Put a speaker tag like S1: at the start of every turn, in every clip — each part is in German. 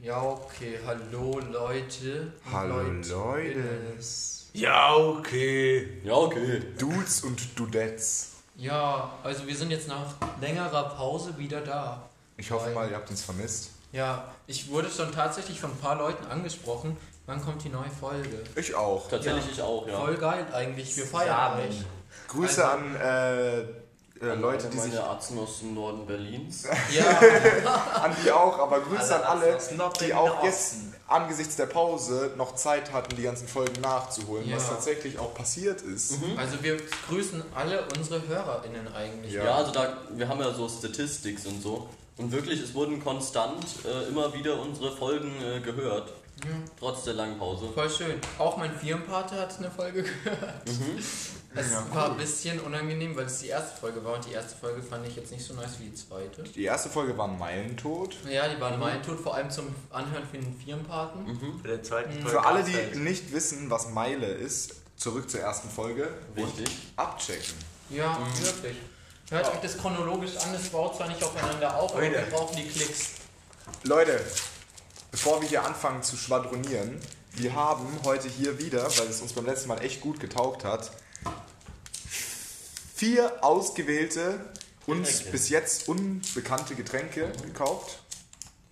S1: Ja, okay. Hallo Leute.
S2: Hallo, Leute.
S1: Leutes.
S3: Ja, okay.
S4: Ja, okay.
S2: Dudes und Dudettes.
S1: Ja, also wir sind jetzt nach längerer Pause wieder da.
S2: Ich hoffe mal, ihr habt uns vermisst.
S1: Ja, ich wurde schon tatsächlich von ein paar Leuten angesprochen. Wann kommt die neue Folge?
S2: Ich auch.
S4: Tatsächlich
S1: Ja.
S4: ich auch, ja.
S1: Voll geil eigentlich. Wir feiern
S4: Samen.
S1: euch.
S2: Grüße an äh, äh, Leute,
S4: Alle
S2: die
S4: also, meine
S2: sich.
S4: Atzen aus dem Norden Berlins.
S1: Ja,
S2: An die auch, aber Grüße
S1: Alle
S2: an alle,
S1: aus Norden
S2: die auch
S1: Osten.
S2: jetzt angesichts der Pause noch Zeit hatten, die ganzen Folgen nachzuholen,
S1: Ja.
S2: was tatsächlich auch passiert ist.
S1: also wir grüßen alle unsere HörerInnen eigentlich.
S2: Ja.
S4: Ja, also da, wir haben ja so Statistics und so. Und wirklich, es wurden konstant äh, immer wieder unsere Folgen äh, gehört. Trotz der langen Pause.
S1: Voll schön. Auch mein Firmenpate hat eine Folge gehört.
S2: Mhm.
S1: Es war ein bisschen unangenehm, weil es die erste Folge war und die erste Folge fand ich jetzt nicht so nice wie die zweite.
S2: Die erste Folge war Meilentod.
S1: Ja, die waren mein Tod, vor allem zum Anhören für den Firmenpaten.
S5: Mhm.
S3: Bei der zweiten Folge
S2: Für alle,
S3: gab's halt-
S2: die nicht wissen, was Meile ist, zurück zur ersten Folge.
S4: Wichtig.
S2: Abchecken.
S1: Ja, wirklich. Hört euch das chronologisch an, das baut zwar nicht aufeinander auf, aber wir
S3: Leute.
S1: brauchen die Klicks.
S2: Leute, bevor wir hier anfangen zu schwadronieren, wir haben heute hier wieder, weil es uns beim letzten Mal echt gut getaugt hat, vier ausgewählte, uns
S4: Getränke.
S2: bis jetzt unbekannte Getränke gekauft.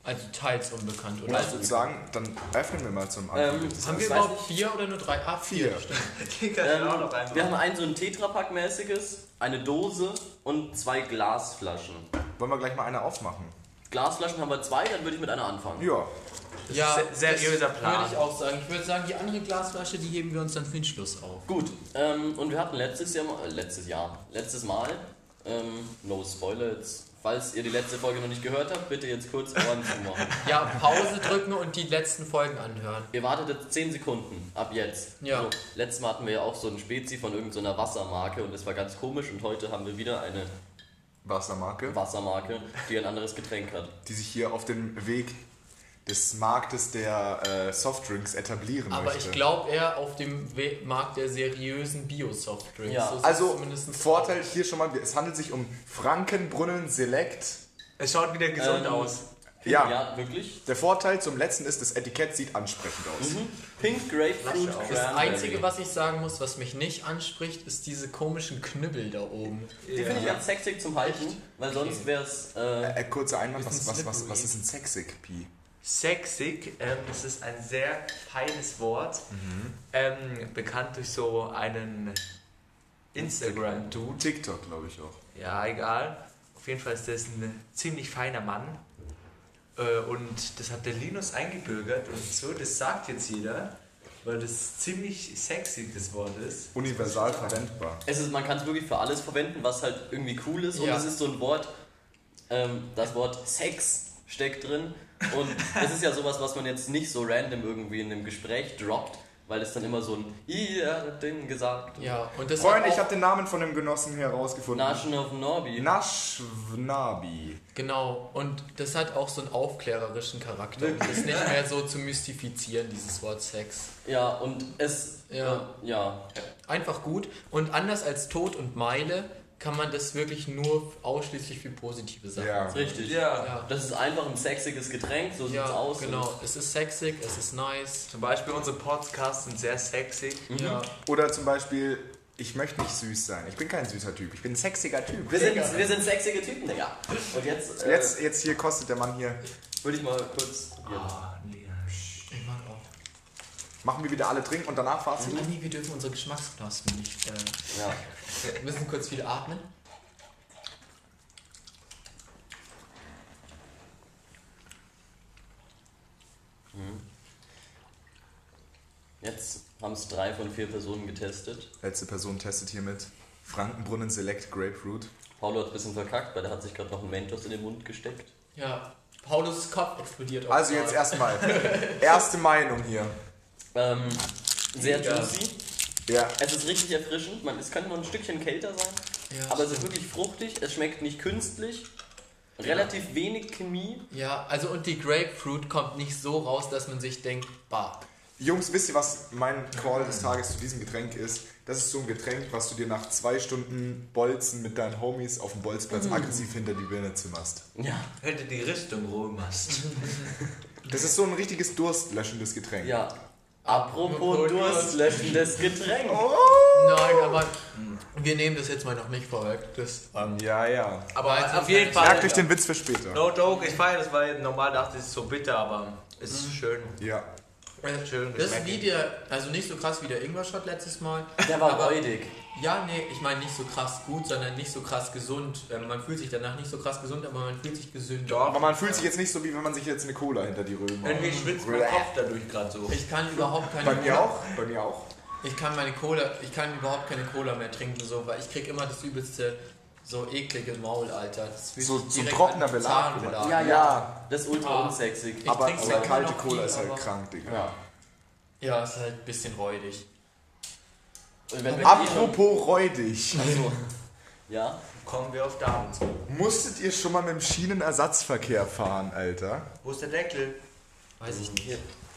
S1: Also teils unbekannt, oder?
S2: Und ich würde sagen, dann öffnen wir mal zum Anfang.
S4: Ähm,
S2: Also, Das
S1: haben wir
S2: ist-
S4: weiß
S1: überhaupt vier oder nur drei? Ah, vier.
S2: Vier.
S1: stimmt.
S3: Kicker
S4: Ähm,
S3: ähm, auch noch
S4: wir
S3: einfach.
S4: haben ein so ein Tetrapack-mäßiges, eine Dose und zwei Glasflaschen.
S2: Wollen wir gleich mal eine aufmachen?
S4: Glasflaschen haben wir zwei, dann würde ich mit einer anfangen.
S2: Ja,
S1: Ja,
S3: se- seriöser
S1: das
S3: Plan.
S1: Würde ich auch sagen. Ich würde sagen, die andere Glasflasche, die heben wir uns dann für den Schluss auf.
S4: Gut, ähm, und wir hatten letztes Jahr, äh, letztes Jahr, letztes Mal, ähm, no spoiler jetzt, falls ihr die letzte Folge noch nicht gehört habt, bitte jetzt kurz Ohren zumachen.
S1: Ja, Pause drücken und die letzten Folgen anhören.
S4: Ihr wartet jetzt 10 Sekunden, ab jetzt.
S1: Ja.
S4: So, letztes Mal hatten wir ja auch so ein Spezi von irgendeiner Wassermarke und das war ganz komisch und heute haben wir wieder eine
S2: Wassermarke,
S4: Wassermarke, die ein anderes Getränk hat.
S2: die sich hier auf dem Weg des Marktes der äh, Softdrinks etablieren
S1: Aber
S2: möchte.
S1: ich glaube eher auf dem We- Markt der seriösen Bio-Softdrinks.
S4: Ja,
S1: sieht's
S2: Also
S1: zumindest
S2: Vorteil hier schon mal, es handelt sich um Frankenbrunnen Select.
S3: Es schaut wieder gesund
S4: Ähm,
S3: aus.
S1: Ah.
S2: Ja,
S4: Ja, wirklich.
S2: der Vorteil zum letzten ist, das Etikett sieht ansprechend aus.
S4: Mhm. Pink Grapefruit
S3: Das
S1: Das
S4: Cranberry.
S1: Einzige, was ich sagen muss, was mich nicht anspricht, ist diese komischen Knüppel da oben.
S4: Die finde ich ganz sexy zum Halten, weil sonst wäre es... Äh,
S2: Äh, kurzer Einwand,
S1: Ist ein
S2: was, was, was, was
S1: Slippery.
S2: ist ein Sexig Pi?
S3: Sexig, ähm, das ist ein sehr feines Wort, ähm, bekannt durch so einen Instagram-Dude.
S2: TikTok, glaube ich auch.
S3: Ja, egal. Auf jeden Fall ist das ein ziemlich feiner Mann. Äh, und das hat der Linus eingebürgert und so, das sagt jetzt jeder, weil das ziemlich sexy das Wort ist.
S2: Universal verwendbar.
S4: Es ist, man kann es wirklich für alles verwenden, was halt irgendwie cool ist. Und
S1: Ja.
S4: es ist so ein Wort, ähm, das Wort Sex steckt drin. Und es ist ja sowas, was man jetzt nicht so random irgendwie in einem Gespräch droppt, weil es dann immer so ein ihr habt den gesagt.
S1: Ja, und das
S2: Freunde,
S1: hat
S2: ich
S1: auch,
S2: habe den Namen von dem Genossen herausgefunden.
S4: Naschen auf Norbi.
S2: Naschwnabi.
S1: genau, und das hat auch so einen aufklärerischen Charakter.
S4: Wirklich?
S1: Es ist nicht mehr so zu mystifizieren, dieses Wort Sex.
S4: Ja, und es.
S1: Ja.
S4: äh, ja.
S1: Einfach gut und anders als Tod und Meile kann man das wirklich nur ausschließlich für positive Sachen.
S2: Ja.
S4: richtig.
S1: Ja.
S4: Das ist einfach ein sexiges Getränk, so sieht's
S1: Ja,
S4: aus.
S1: genau. Es ist sexig, es ist nice.
S3: Zum Beispiel unsere Podcasts sind sehr sexy.
S1: Ja.
S2: Oder zum Beispiel, ich möchte nicht süß sein. Ich bin kein süßer Typ, ich bin ein sexiger Typ.
S4: Wir sind, wir sind sexige Typen, Digga. Und jetzt, äh,
S2: Jetzt, jetzt hier kostet der Mann hier.
S4: würde ich mal kurz.
S3: Ah, nee.
S1: Ich mag auch.
S2: Machen wir wieder alle trinken und danach Fazit.
S1: Ah, nee, wir dürfen unsere Geschmacksknospen nicht. Äh,
S4: Ja.
S1: wir müssen kurz viel atmen.
S4: Jetzt haben es drei von vier Personen getestet.
S2: Letzte Person testet hiermit. Frankenbrunnen Select Grapefruit.
S4: Paulo hat ein bisschen verkackt, weil der hat sich gerade noch einen Mentos in den Mund gesteckt.
S1: Ja. Paulus Kopf explodiert auch
S2: Also
S1: gerade.
S2: jetzt erstmal. Erste Meinung hier.
S4: Ähm, sehr
S1: Ja.
S4: juicy.
S2: Ja.
S4: Es ist richtig erfrischend. Man, es könnte noch ein Stückchen kälter sein.
S1: Ja,
S4: aber es ist wirklich fruchtig. Es schmeckt nicht künstlich. Relativ wenig Chemie.
S1: Ja, also und die Grapefruit kommt nicht so raus, dass man sich denkt, bah.
S2: Hm. Jungs, wisst ihr, was mein Call des Tages zu diesem Getränk ist? Das ist so ein Getränk, was du dir nach zwei Stunden Bolzen mit deinen Homies auf dem Bolzplatz aggressiv hinter die Birne zimmerst.
S4: Ja.
S3: Hätte die Richtung Romas.
S2: Das ist so ein richtiges durstlöschendes Getränk.
S4: Ja. Apropos
S1: Apropos Oh.
S4: durstlöschendes Getränk.
S1: Nein, aber wir nehmen das jetzt mal noch nicht vorweg. Das, ähm,
S2: Ja, ja.
S3: Aber
S1: eins
S3: auf
S1: ist
S3: jeden
S1: eins.
S3: Fall.
S2: Merkt euch den Witz für später.
S3: No joke, ich feiere das, weil normal dachte ich, es ist so bitter, aber es ist schön.
S2: Ja.
S3: Schön
S1: das ist
S3: geschmeckt.
S1: wie der, also nicht so krass wie der Ingwer-Shot letztes Mal.
S4: Der war
S1: aber-
S4: räudig.
S1: Ja, nee, ich meine nicht so krass gut, sondern nicht so krass gesund. Ähm, man fühlt sich danach nicht so krass gesund, aber man fühlt sich gesünder.
S2: Aber man fühlt sich jetzt nicht so, wie wenn man sich jetzt eine Cola hinter die Röhre macht.
S3: Irgendwie schwitzt mein Kopf dadurch gerade so.
S1: Ich kann überhaupt keine
S2: Bei mir
S1: Cola-
S2: auch. Bei mir auch.
S1: Ich kann meine Cola, ich kann überhaupt keine Cola mehr trinken, so, weil ich krieg immer das übelste, so eklige Maul, Alter. Das fühlt
S2: So-
S1: sich
S2: so
S1: direkt
S2: trockener
S1: an den
S2: Belag.
S1: Zahnbelag.
S4: Ja,
S2: Ja.
S4: ja. Das ist ultra
S1: Ah.
S4: unsexy.
S1: Ich
S2: aber
S1: trink's
S2: aber
S1: ja immer
S2: kalte
S1: noch
S2: Cola
S1: viel,
S2: ist halt
S1: aber-
S2: krank, Digga.
S4: Ja.
S1: Ja, ist halt ein bisschen räudig.
S4: Und wenn wir eh schon-
S2: Apropos räudig.
S4: Also, ja.
S3: Kommen wir auf Darwin zu.
S2: Musstet ihr schon mal mit dem Schienenersatzverkehr fahren, Alter?
S3: Wo ist der Deckel?
S1: Weiß ich nicht.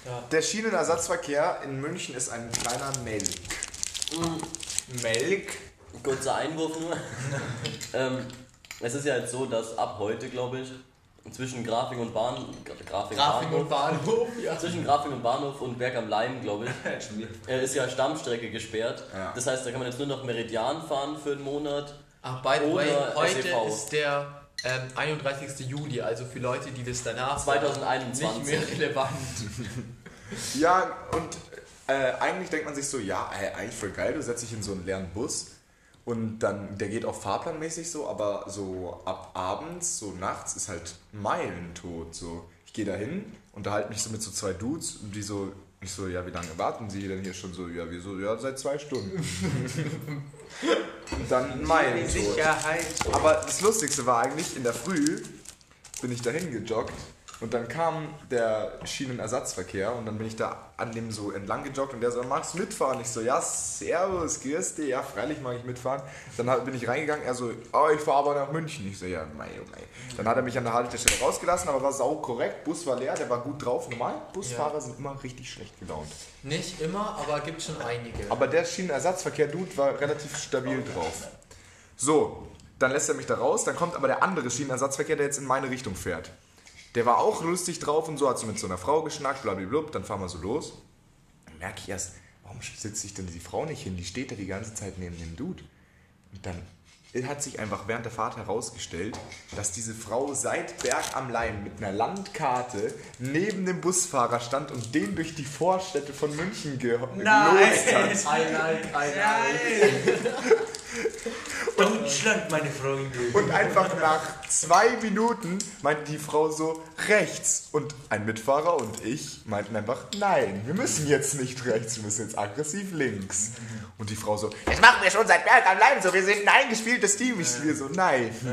S1: Ja.
S2: Der Schienenersatzverkehr in München ist ein kleiner Melk.
S3: Melk.
S4: Kurzer Einwurf nur. ähm, es ist ja jetzt so, dass ab heute, glaube ich, zwischen Grafing und Bahn. Grafing,
S1: Grafing und
S4: Bahnhof,
S1: Bahnhof, ja.
S4: zwischen Grafing und Bahnhof und Berg am Leim, glaube ich,
S3: Schon wieder.
S4: äh, ist ja Stammstrecke gesperrt.
S2: Ja.
S4: Das heißt, da kann man jetzt nur noch Meridian fahren für einen Monat.
S1: Ach, Ah, by the
S4: Oder E
S1: way, heute
S4: SEV.
S1: ist der ähm, 31. Juli, also für Leute, die das danach nicht
S4: 2021.
S1: mehr relevant.
S2: Ja, und äh, eigentlich denkt man sich so, ja, ey, eigentlich voll geil, du setzt dich in so einen leeren Bus und dann, der geht auch fahrplanmäßig so, aber so ab abends, so nachts ist halt meilentot so. Ich gehe da hin, unterhalte mich so mit so zwei Dudes und die so, ich so, ja, wie lange warten sie denn hier schon so? Ja, wieso? Ja, seit zwei Stunden. und dann
S3: Die
S2: meilentot.
S3: Sicherheit.
S2: Aber das Lustigste war eigentlich, in der Früh bin ich dahin gejoggt und dann kam der Schienenersatzverkehr und dann bin ich da an dem so entlang gejoggt und der so, magst du mitfahren? Ich so, ja, servus, grüß dich, ja, freilich mag ich mitfahren. Dann hab- bin ich reingegangen, er so, oh, ich fahre aber nach München. Ich so, ja, mei, oh mei. Dann hat er mich an der Haltestelle rausgelassen, aber war sau korrekt, Bus war leer, der war gut drauf. Normal, Busfahrer sind immer richtig schlecht gelaunt.
S1: nicht immer, aber gibt schon einige.
S2: Aber der Schienenersatzverkehr-Dude war relativ stabil drauf. So, dann lässt er mich da raus, dann kommt aber der andere Schienenersatzverkehr, der jetzt in meine Richtung fährt. Der war auch lustig drauf und so, hat so mit so einer Frau geschnackt, blablabla, dann fahren wir so los. Dann merke ich erst, warum sitzt sich denn die Frau nicht hin? Die steht da die ganze Zeit neben dem Dude. Und dann hat sich einfach während der Fahrt herausgestellt, dass diese Frau seit Berg am Leim mit einer Landkarte neben dem Busfahrer stand und den durch die Vorstädte von München ge- gelotst hat.
S1: I like, I like.
S3: Nein. Deutschland, meine Freunde.
S2: Und einfach nach zwei Minuten meinte die Frau so rechts. Und ein Mitfahrer und ich meinten einfach, nein, wir müssen jetzt nicht rechts, wir müssen jetzt aggressiv links. Und die Frau so, das machen wir schon seit Berg am Leim so, wir sind ein eingespieltes Team. Ich wir so, nein.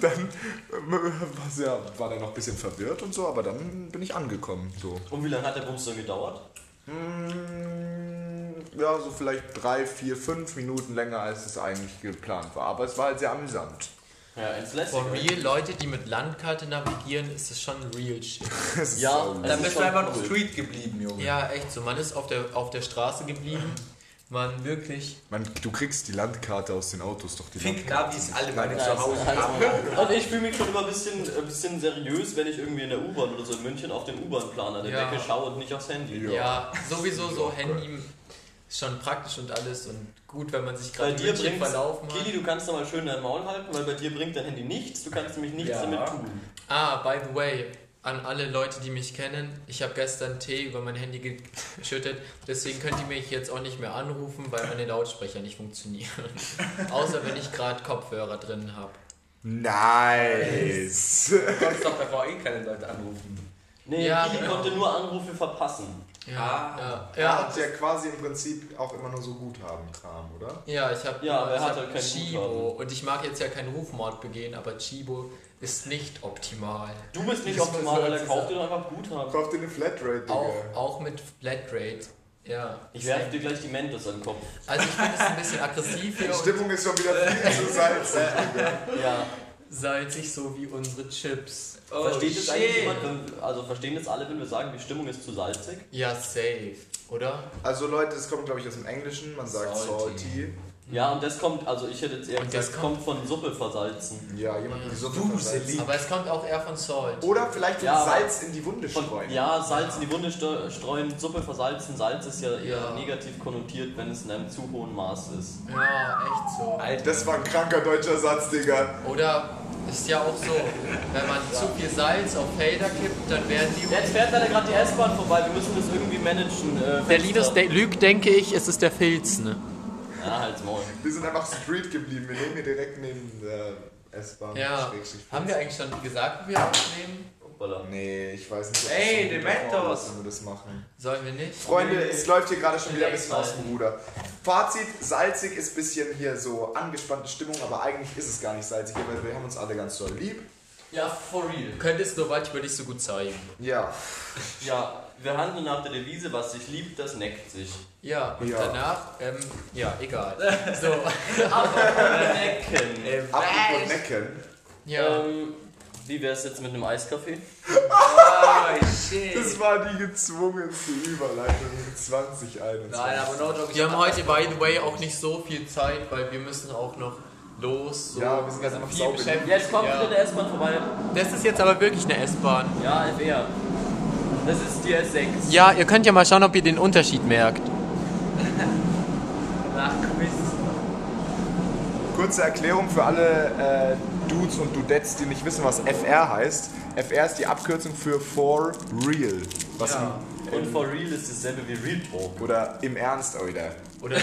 S2: dann äh, war, ja, war der noch ein bisschen verwirrt und so, aber dann bin ich angekommen. So.
S4: Und wie lange hat der Bums dann gedauert?
S2: Mm, Ja, so vielleicht drei, vier, fünf Minuten länger, als es eigentlich geplant war. Aber es war halt sehr amüsant.
S4: Ja, ins letzte.
S1: For real, Leute, die mit Landkarte navigieren, ist das schon real shit.
S2: Es ist
S4: Ja,
S2: so
S4: es
S3: Da
S4: ist
S3: bist du
S4: schon
S3: einfach
S4: cool.
S3: auf Street geblieben, Junge.
S1: Ja, echt so. Man ist auf der, auf der Straße geblieben. Man wirklich.
S2: Man, du kriegst die Landkarte aus den Autos, doch die
S3: Fick
S2: Landkarte.
S3: Navis alle meine
S4: Nice,
S3: zu Hause
S4: nice.
S3: haben.
S4: Und ich fühle mich schon immer ein bisschen, ein bisschen seriös, wenn ich irgendwie in der U-Bahn oder so in München auf den U-Bahn-Plan an der
S1: Ja.
S4: Decke schaue und nicht aufs Handy.
S1: Ja, sowieso so Handy ist schon praktisch und alles und gut, wenn man sich
S4: Bei
S1: gerade
S4: dir
S1: München
S4: bringt
S1: verlaufen hat.
S4: Kili, du kannst da mal schön dein Maul halten, weil bei dir bringt dein Handy nichts, du kannst nämlich nichts
S3: Ja.
S4: damit tun.
S1: Ah, by the way, an alle Leute, die mich kennen, ich habe gestern Tee über mein Handy geschüttet, deswegen könnt ihr mich jetzt auch nicht mehr anrufen, weil meine Lautsprecher nicht funktionieren. Außer wenn ich gerade Kopfhörer drin habe.
S2: Nice.
S3: Du konntest doch davor eh keine Leute anrufen.
S4: Nee,
S1: Ja,
S4: Kili
S1: genau.
S4: konnte nur Anrufe verpassen.
S1: Ja, ja,
S2: Er
S1: ja,
S4: Ah,
S2: hat ja quasi im Prinzip auch immer nur so Guthaben-Kram, oder?
S1: ja, ich habe
S4: Ja, aber er hat halt keinen
S1: Chibo und ich mag jetzt ja keinen Rufmord begehen, aber Chibo ist nicht optimal.
S4: Du bist nicht
S1: Das muss
S4: optimal,
S1: man
S4: Alter,
S1: dazu
S4: kauf dir doch einfach Guthaben.
S2: Kauf dir eine Flatrate, Digga.
S1: Auch, auch mit Flatrate. Ja.
S4: Ich werfe dir gleich die Mentos an den Kopf.
S1: Also ich finde es ein bisschen aggressiv
S2: Die
S1: hier und
S2: Stimmung ist schon wieder viel zu salzig, Digga.
S4: Ja.
S1: salzig so wie unsere Chips.
S3: Oh,
S4: Versteht das eigentlich
S3: shit.
S4: jemand, wenn, also verstehen das alle, wenn wir sagen, die Stimmung ist zu salzig?
S1: Ja, safe, oder?
S2: Also Leute, das kommt glaube ich aus dem Englischen, man sagt salty.
S3: Salty.
S4: Ja, und das kommt, also ich hätte jetzt eher
S1: Und
S4: gesagt,
S1: das
S4: kommt von Suppe versalzen.
S2: Ja, jemand mit die Suppe versalzt.
S1: Aber es kommt auch eher von Salt.
S2: Oder vielleicht
S4: Ja,
S2: mit
S4: aber-
S2: Salz in die Wunde
S4: Von,
S2: streuen.
S4: ja, Salz in die Wunde steu- streuen, Suppe versalzen. Salz ist ja eher
S1: Ja.
S4: negativ konnotiert, wenn es in einem zu hohen Maß ist.
S1: Ja, echt so.
S3: Alter.
S2: Das war ein kranker deutscher Satz, Digga.
S1: Oder ist ja auch so, wenn man zu viel Salz auf Felder kippt, dann werden die.
S4: Jetzt fährt leider gerade die S-Bahn vorbei, wir müssen das irgendwie managen. Äh,
S1: Der Linus de lügt, denke ich, es ist der Filz, ne?
S4: Ja, halt's Maul.
S2: Wir sind einfach street geblieben. Wir nehmen hier direkt neben der S-Bahn.
S1: Ja.
S2: Schrägstrich
S1: Haben wir eigentlich schon gesagt, wie wir aufnehmen?
S4: Hoppala.
S2: Nee, ich weiß nicht. ob
S3: Ey,
S2: das so
S3: Dementos.
S2: gut war, dass wir das machen.
S1: Sollen wir nicht?
S2: Freunde, es läuft hier gerade schon wieder ein
S4: Relax
S2: bisschen aus dem
S4: halten.
S2: Ruder. Fazit, salzig ist ein bisschen hier so angespannte Stimmung, aber eigentlich ist es gar nicht salzig, weil wir haben uns alle ganz doll lieb.
S4: Ja, for real.
S1: Du könntest nur bald über dich so gut zeigen.
S2: Ja,
S4: Ja, wir handeln nach der Devise, was sich liebt, das neckt sich.
S1: Ja, und
S2: Ja.
S1: danach, ähm, ja, egal. So,
S4: Äh, Necken.
S3: Äh,
S2: apropos Necken.
S1: ja.
S4: Ähm, wie wär's jetzt mit einem Eiskaffee?
S3: oh, shit.
S2: Das war die gezwungenste Überleitung in 2021.
S3: Nein, aber no joke. ich
S1: Wir haben
S3: hab-
S1: heute, by the way, auch nicht so viel Zeit, weil wir müssen auch noch los. So.
S2: Ja, wir sind jetzt einfach
S1: viel
S2: sauber.
S1: beschäftigt.
S4: Jetzt kommt
S1: Ja.
S4: wieder der S-Bahn vorbei.
S1: Das ist jetzt aber wirklich eine S-Bahn.
S4: Ja, FR. Das ist die S6.
S1: Ja, ihr könnt ja mal schauen, ob ihr den Unterschied merkt.
S3: Ach, Mist.
S2: Kurze Erklärung für alle äh, Dudes und Dudettes, die nicht wissen, was FR heißt. FR ist die Abkürzung für For Real. Was
S1: Ja.
S4: Und for real ist dasselbe wie Real Talk.
S2: im, oder im Ernst, oder?
S1: Oder no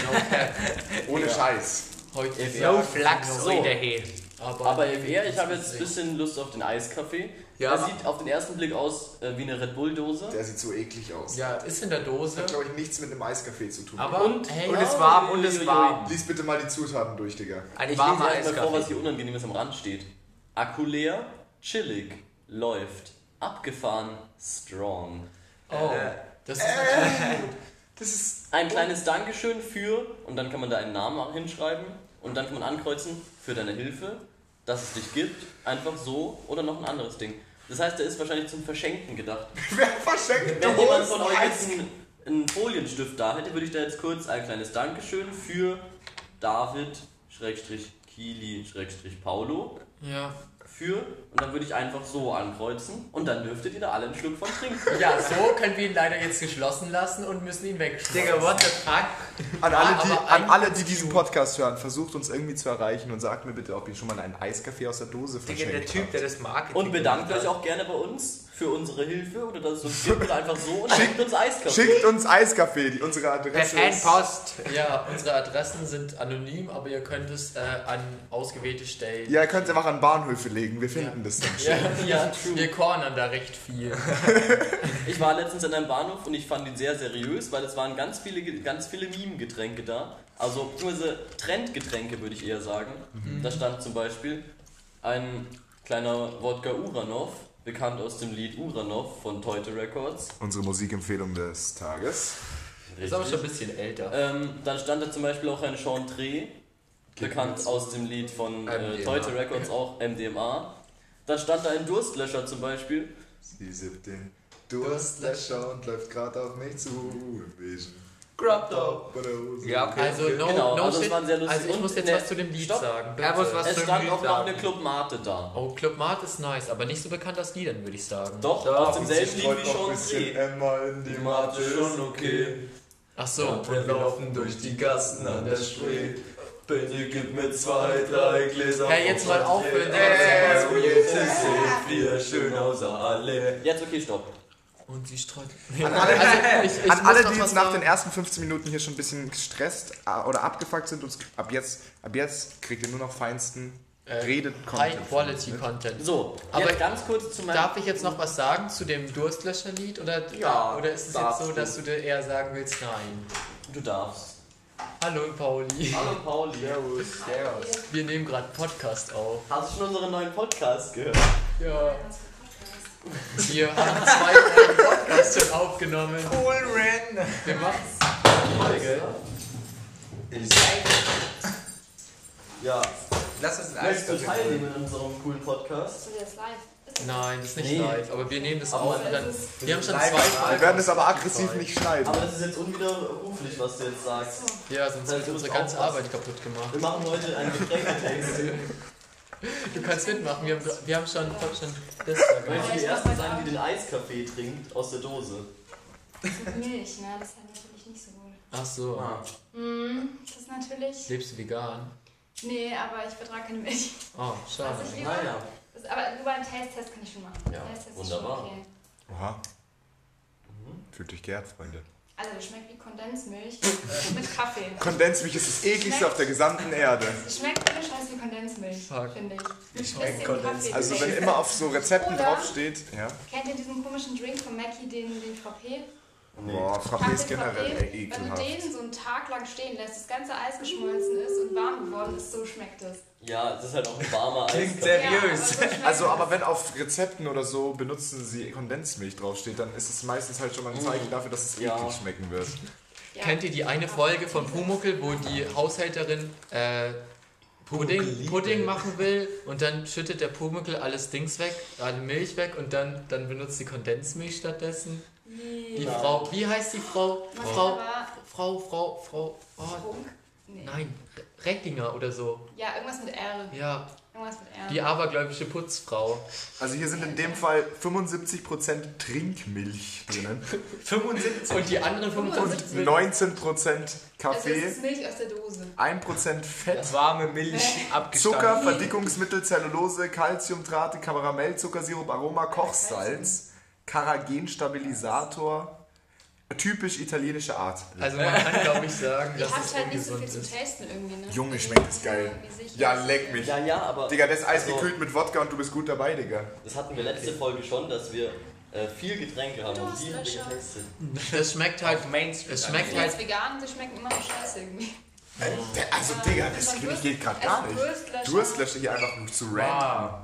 S2: Ohne Scheiß.
S1: Heute ist
S4: Ja.
S1: no Flachs
S4: So.
S1: heute hey. Aber,
S4: Aber FR, ich habe jetzt ein bisschen Lust auf den Eiskaffee.
S1: Ja,
S4: Er
S1: aber-
S4: sieht auf den ersten Blick aus äh, wie eine Red Bull-Dose.
S2: Der sieht so eklig aus.
S1: Ja, ist in der Dose.
S2: Hat, glaube ich, nichts mit einem Eiskaffee zu tun.
S1: Aber
S4: Und-
S1: hey,
S4: und
S1: ja,
S4: es warm, und es
S1: uiuiui.
S4: warm.
S2: Lies bitte mal die Zutaten durch, Digga.
S1: Ein
S4: Ich lese
S1: warmer
S4: erst mal vor, was
S1: Eiskaffee.
S4: hier Unangenehmes am Rand steht. Akku leer, chillig, läuft, abgefahren, strong.
S1: Oh, das ist natürlich
S2: Das ist.
S4: Ein kleines Dankeschön für, und dann kann man da einen Namen hinschreiben, und dann kann man ankreuzen, für deine Hilfe, dass es dich gibt, einfach so, oder noch ein anderes Ding. Das heißt, der ist wahrscheinlich zum Verschenken gedacht.
S2: Wer verschenkt
S4: Wenn jemand von euch jetzt
S2: Eis?
S4: einen, einen Folienstift da hätte, würde ich da jetzt kurz ein kleines Dankeschön für David, Schrägstrich Kili, Schrägstrich Paulo,
S1: Ja.
S4: für, und dann würde ich einfach so ankreuzen, und dann dürftet ihr da alle einen Schluck von trinken.
S1: ja, so können wir ihn leider jetzt geschlossen lassen und müssen ihn wegschmeißen.
S3: Digga, what the fuck?
S2: An alle, die,
S1: aber
S2: an alle, die
S1: eigentlich
S2: diesen Podcast hören, versucht uns irgendwie zu erreichen und sagt mir bitte, ob ihr schon mal einen Eiskaffee aus der Dose
S3: Digga, der
S2: verschenkt
S3: Typ, der das Marketing
S4: Und bedankt
S3: gemacht
S4: euch
S3: hat.
S4: auch gerne bei uns für unsere Hilfe oder dass es uns gibt oder einfach so und schickt uns
S2: habt.
S4: Eiskaffee.
S2: Schickt uns Eiskaffee, die, unsere
S3: Per
S2: Adresse ist.
S3: Fanpost.
S1: Ja, unsere Adressen sind anonym, aber ihr könnt es äh, an ausgewählte Stellen.
S2: Ja, ihr könnt es einfach an Bahnhöfe legen, wir finden das dann schon.
S1: ja, ja wir cornern da recht viel.
S4: Ich war letztens in einem Bahnhof und ich fand ihn sehr seriös, weil es waren ganz viele, ganz viele Meme-Getränke da. Also beziehungsweise Trendgetränke würde ich eher sagen. Da stand zum Beispiel ein kleiner Wodka Uranov, bekannt aus dem Lied Uranov von Teute Records.
S2: Unsere Musikempfehlung des Tages.
S1: Ist aber schon ein bisschen älter.
S4: Ähm, dann stand da zum Beispiel auch ein Chantre, bekannt aus dem Lied von äh,
S1: MDMA.
S4: Teute Records auch MDMA. Da stand da ein Durstlöscher zum Beispiel.
S2: Sie sippt den Durstlöscher und läuft gerade auf mich zu. Vision.
S4: Grabbed
S2: Bei der Hose.
S3: Ja, okay.
S1: Also, no,
S4: Genau,
S1: no
S4: also es
S1: shit.
S4: waren sehr lustig.
S1: Also, ich
S4: Und
S1: muss jetzt
S4: ne,
S1: was zu dem Lied
S4: stopp.
S1: sagen.
S3: Er muss
S1: bitte.
S3: was-
S4: Es
S3: soll
S4: stand
S3: ich
S4: auch noch
S3: sagen?
S4: eine Club Mate da.
S1: Oh, Club Mart ist nice, aber nicht so bekannt als Liedern, würde ich sagen.
S4: Doch,
S3: Doch,
S4: aus
S2: Und
S4: demselben
S2: sie
S4: Lied
S2: streut
S4: wie
S2: noch ein bisschen
S4: Chantre.
S2: Emma in die Mate.
S1: Ach so,
S5: Wir
S4: genau.
S5: laufen durch die Gassen an der Spree. Benny, gib mir zwei, drei Gläser.
S1: Hey, jetzt mal aufhören,
S5: Hey,
S1: Digga.
S5: jetzt sind wir schön außer alle.
S4: Jetzt okay, stopp.
S1: Und sie streut.
S2: An alle,
S1: Also, ich, ich
S2: an
S1: muss
S2: alle
S1: noch
S2: die
S1: was
S2: jetzt nach
S1: sagen.
S2: den ersten 15 Minuten hier schon ein bisschen gestresst äh, oder abgefuckt sind, uns, ab, jetzt, ab jetzt kriegt ihr nur noch feinsten
S1: Äh,
S2: Redet-Content.
S1: High-Quality-Content.
S4: So,
S1: Aber
S4: jetzt ganz kurz zu meinem.
S1: Darf ich jetzt noch was sagen zu dem Durstlöscherlied? Oder,
S4: Ja,
S1: oder ist es jetzt
S4: darfst
S1: so,
S4: du.
S1: dass du dir eher sagen willst, nein?
S4: Du darfst.
S1: Hallo Pauli,
S4: Hallo Pauli.
S2: Servus, servus.
S1: wir nehmen gerade Podcast auf.
S4: Hast du schon unseren neuen Podcast gehört?
S1: Ja. Wir haben zwei Folgen Podcast schon aufgenommen.
S3: Cool Ren.
S1: Wir machen
S4: Ja.
S3: Lass uns ein
S4: Möchtest du
S3: Eiskaffee holen.
S4: teilnehmen an unserem coolen Podcast?
S6: Ist das live? Ist
S1: Nein, das ist nicht
S4: Nee.
S1: live, aber wir nehmen das
S4: Aber
S1: auf.
S4: es
S1: und Dann,
S4: ist-
S1: wir haben schon
S5: live
S1: zwei
S5: ist live.
S2: Wir werden es aber aggressiv
S1: Spotify.
S2: nicht schneiden.
S4: Aber das ist jetzt unwiderruflich, was du jetzt sagst.
S1: Ja, sonst
S4: Also,
S1: wird unsere
S4: du musst
S1: ganze
S4: aufpassen.
S1: Arbeit kaputt gemacht.
S4: Wir machen heute einen Getränketext.
S1: Du kannst mitmachen, wir haben, wir haben schon, ich hab schon das da
S4: Möchte
S1: gemacht.
S4: ich die Erste sein, die den Eiskaffee trinkt aus der Dose?
S6: Mit Milch, ne? Das ist halt natürlich nicht so gut.
S1: Ach so,
S4: Ah.
S6: Mm, das ist natürlich.
S1: lebst du vegan?
S6: Nee, aber ich vertrage keine Milch.
S1: Oh, schade.
S6: Also ich lieber,
S4: Naja.
S6: das, aber nur beim Taste-Test kann ich schon machen.
S4: Ja,
S6: Taste-Test ist
S4: wunderbar.
S6: Schon okay.
S2: Oha. Mhm. Fühlt dich geehrt, Freunde.
S6: Also, das schmeckt wie Kondensmilch mit Kaffee.
S2: Kondensmilch ist das ekligste auf der gesamten Erde.
S6: Es schmeckt ohne Scheiß wie Kondensmilch,
S1: Fuck.
S6: finde ich. Ich
S5: schmeckt Kondensmilch.
S2: Also wenn immer auf so Rezepten
S6: Oder-
S2: draufsteht, ja.
S6: Kennt ihr diesen komischen Drink von Mackie, den, den Frappé?
S2: Boah, Frappé ist
S6: Kaffee
S2: generell
S6: Frappé,
S2: e-
S6: Wenn du
S2: ekelhaft.
S6: den so einen Tag lang stehen lässt, das ganze Eis geschmolzen ist und warm geworden ist, so schmeckt es.
S4: Ja, es ist halt auch ein warmer
S3: Klingt
S4: Eiskaffee.
S3: sehr- Seriös.
S6: Ja, aber so schmeckt
S2: Also,
S6: es.
S2: aber wenn auf Rezepten oder so benutzen sie Kondensmilch draufsteht, dann ist es meistens halt schon mal ein Zeichen dafür, dass es
S4: Ja.
S2: eklig schmecken wird.
S6: Ja.
S1: Kennt ihr die eine Folge von Pumuckel, wo die Haushälterin äh, Pudding,
S3: Pumuckeliebe.
S1: Pudding machen will und dann schüttet der Pumuckel alles Dings weg, alle Milch weg und dann, dann benutzt sie Kondensmilch stattdessen? Die
S6: Die
S1: Frau, wie heißt die Frau? Frau,
S6: Mascara.
S1: Frau, Frau, Frau, oh,
S6: Trunk? Nee.
S1: nein, Reckinger oder so.
S6: Ja, irgendwas mit R.
S1: Ja,
S6: Irgendwas mit R.
S1: die abergläubische Putzfrau.
S2: Also hier sind in dem Fall 75% Trinkmilch drinnen,
S3: 75.
S1: Und die anderen 55
S2: 19%
S6: Also, es
S2: Kaffee,
S6: ist Milch aus der Dose.
S2: 1% Fett,
S3: Warme Milch abgestampft.
S2: Zucker, Verdickungsmittel, Zellulose, Calciumtrate, Karamell, Zuckersirup, Aroma, Kochsalz, Carrageenstabilisator. Typisch italienische Art.
S1: Also man kann glaube ich sagen,
S6: Ihr
S1: dass
S6: habt
S1: es
S6: halt nicht so
S1: ungesund
S6: viel zu
S1: ist.
S6: tasten irgendwie, ne?
S2: Junge, schmeckt das geil.
S6: Wie sich-
S2: Ja, leck mich.
S4: Ja, ja, aber
S2: Digga, das Eis
S4: Also-
S2: gekühlt mit Wodka und du bist gut dabei, Digga.
S4: das hatten wir letzte Folge schon, dass wir äh, viel Getränke haben und die haben wir
S6: Durstlöscher.
S4: getestet.
S1: Das schmeckt halt,
S3: Mainstream.
S1: es schmeckt
S6: Die
S1: halt
S6: sind jetzt vegan und die schmecken immer noch scheiße irgendwie.
S2: Also, Digga, das
S6: Also Durst-
S2: geht gerade gar
S6: also
S2: nicht.
S6: Durstlöscher.
S2: Durstlöscher hier einfach nur zu random.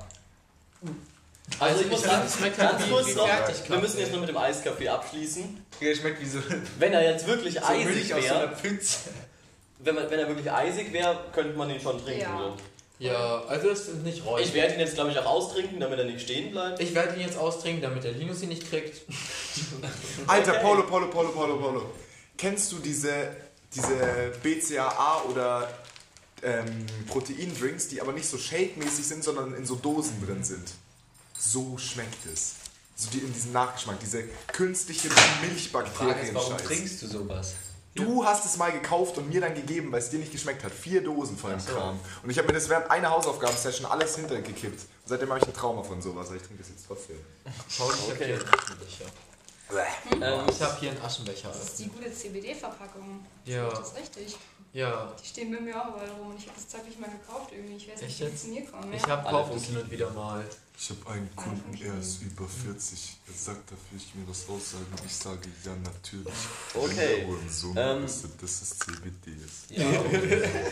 S4: Also ich muss
S1: finde,
S4: sagen,
S1: es schmeckt halt
S4: ganz
S1: wie,
S4: kurz
S1: wie
S4: noch,
S1: Fertigkaffee.
S4: wir müssen jetzt noch mit dem Eiskaffee abschließen.
S3: Der schmeckt wie so, so
S4: Wenn er jetzt wirklich eisig
S3: Milch aus so einer
S4: wäre,
S3: Pfütze.
S4: wenn, man- wenn er wirklich eisig wäre, könnte man ihn schon trinken.
S6: Ja.
S4: so.
S1: Ja, also es ist nicht räudig.
S4: Ich werde ihn jetzt, glaube ich, auch austrinken, damit er nicht stehen bleibt.
S1: Ich werde ihn jetzt austrinken, damit der Linus ihn nicht kriegt.
S2: Alter, Polo, Polo, Polo, Polo, Polo. Kennst du diese, diese BCAA oder ähm, Proteindrinks, die aber nicht so shake-mäßig sind, sondern in so Dosen drin sind? So schmeckt es. So die, in diesem Nachgeschmack, diese künstliche
S3: Frage ist, warum
S2: Milchbakterien-Scheiß.
S3: trinkst du sowas?
S2: Du hast es mal gekauft und mir dann gegeben, weil es dir nicht geschmeckt hat. Vier Dosen von dem Kram. Und ich habe mir das während einer Hausaufgabensession alles hintergekippt. Und seitdem habe ich ein Trauma von sowas. aber Ich trinke das jetzt trotzdem.
S1: Paul, ich habe
S4: Okay.
S1: hier einen Aschenbecher.
S4: Ähm,
S1: Ich habe hier einen Aschenbecher.
S6: Das ist die gute CBD-Verpackung.
S1: Ja,
S6: Das ist richtig.
S1: ja.
S6: Die stehen bei mir auch überall rum und ich habe das Zeug nicht mal gekauft irgendwie. Ich
S1: Echt
S6: weiß nicht, wie die
S1: jetzt?
S6: zu mir kommen.
S1: Ich
S6: Ja.
S1: habe
S4: Alle
S1: Kauf
S4: Funken.
S1: hin und wieder mal.
S7: Ich habe einen Kunden, er ist über 40. Er sagt, darf ich mir das aussagen? Ich sage, ja, natürlich.
S4: Okay.
S7: Und so,
S4: Ähm.
S7: dass es CBD ist.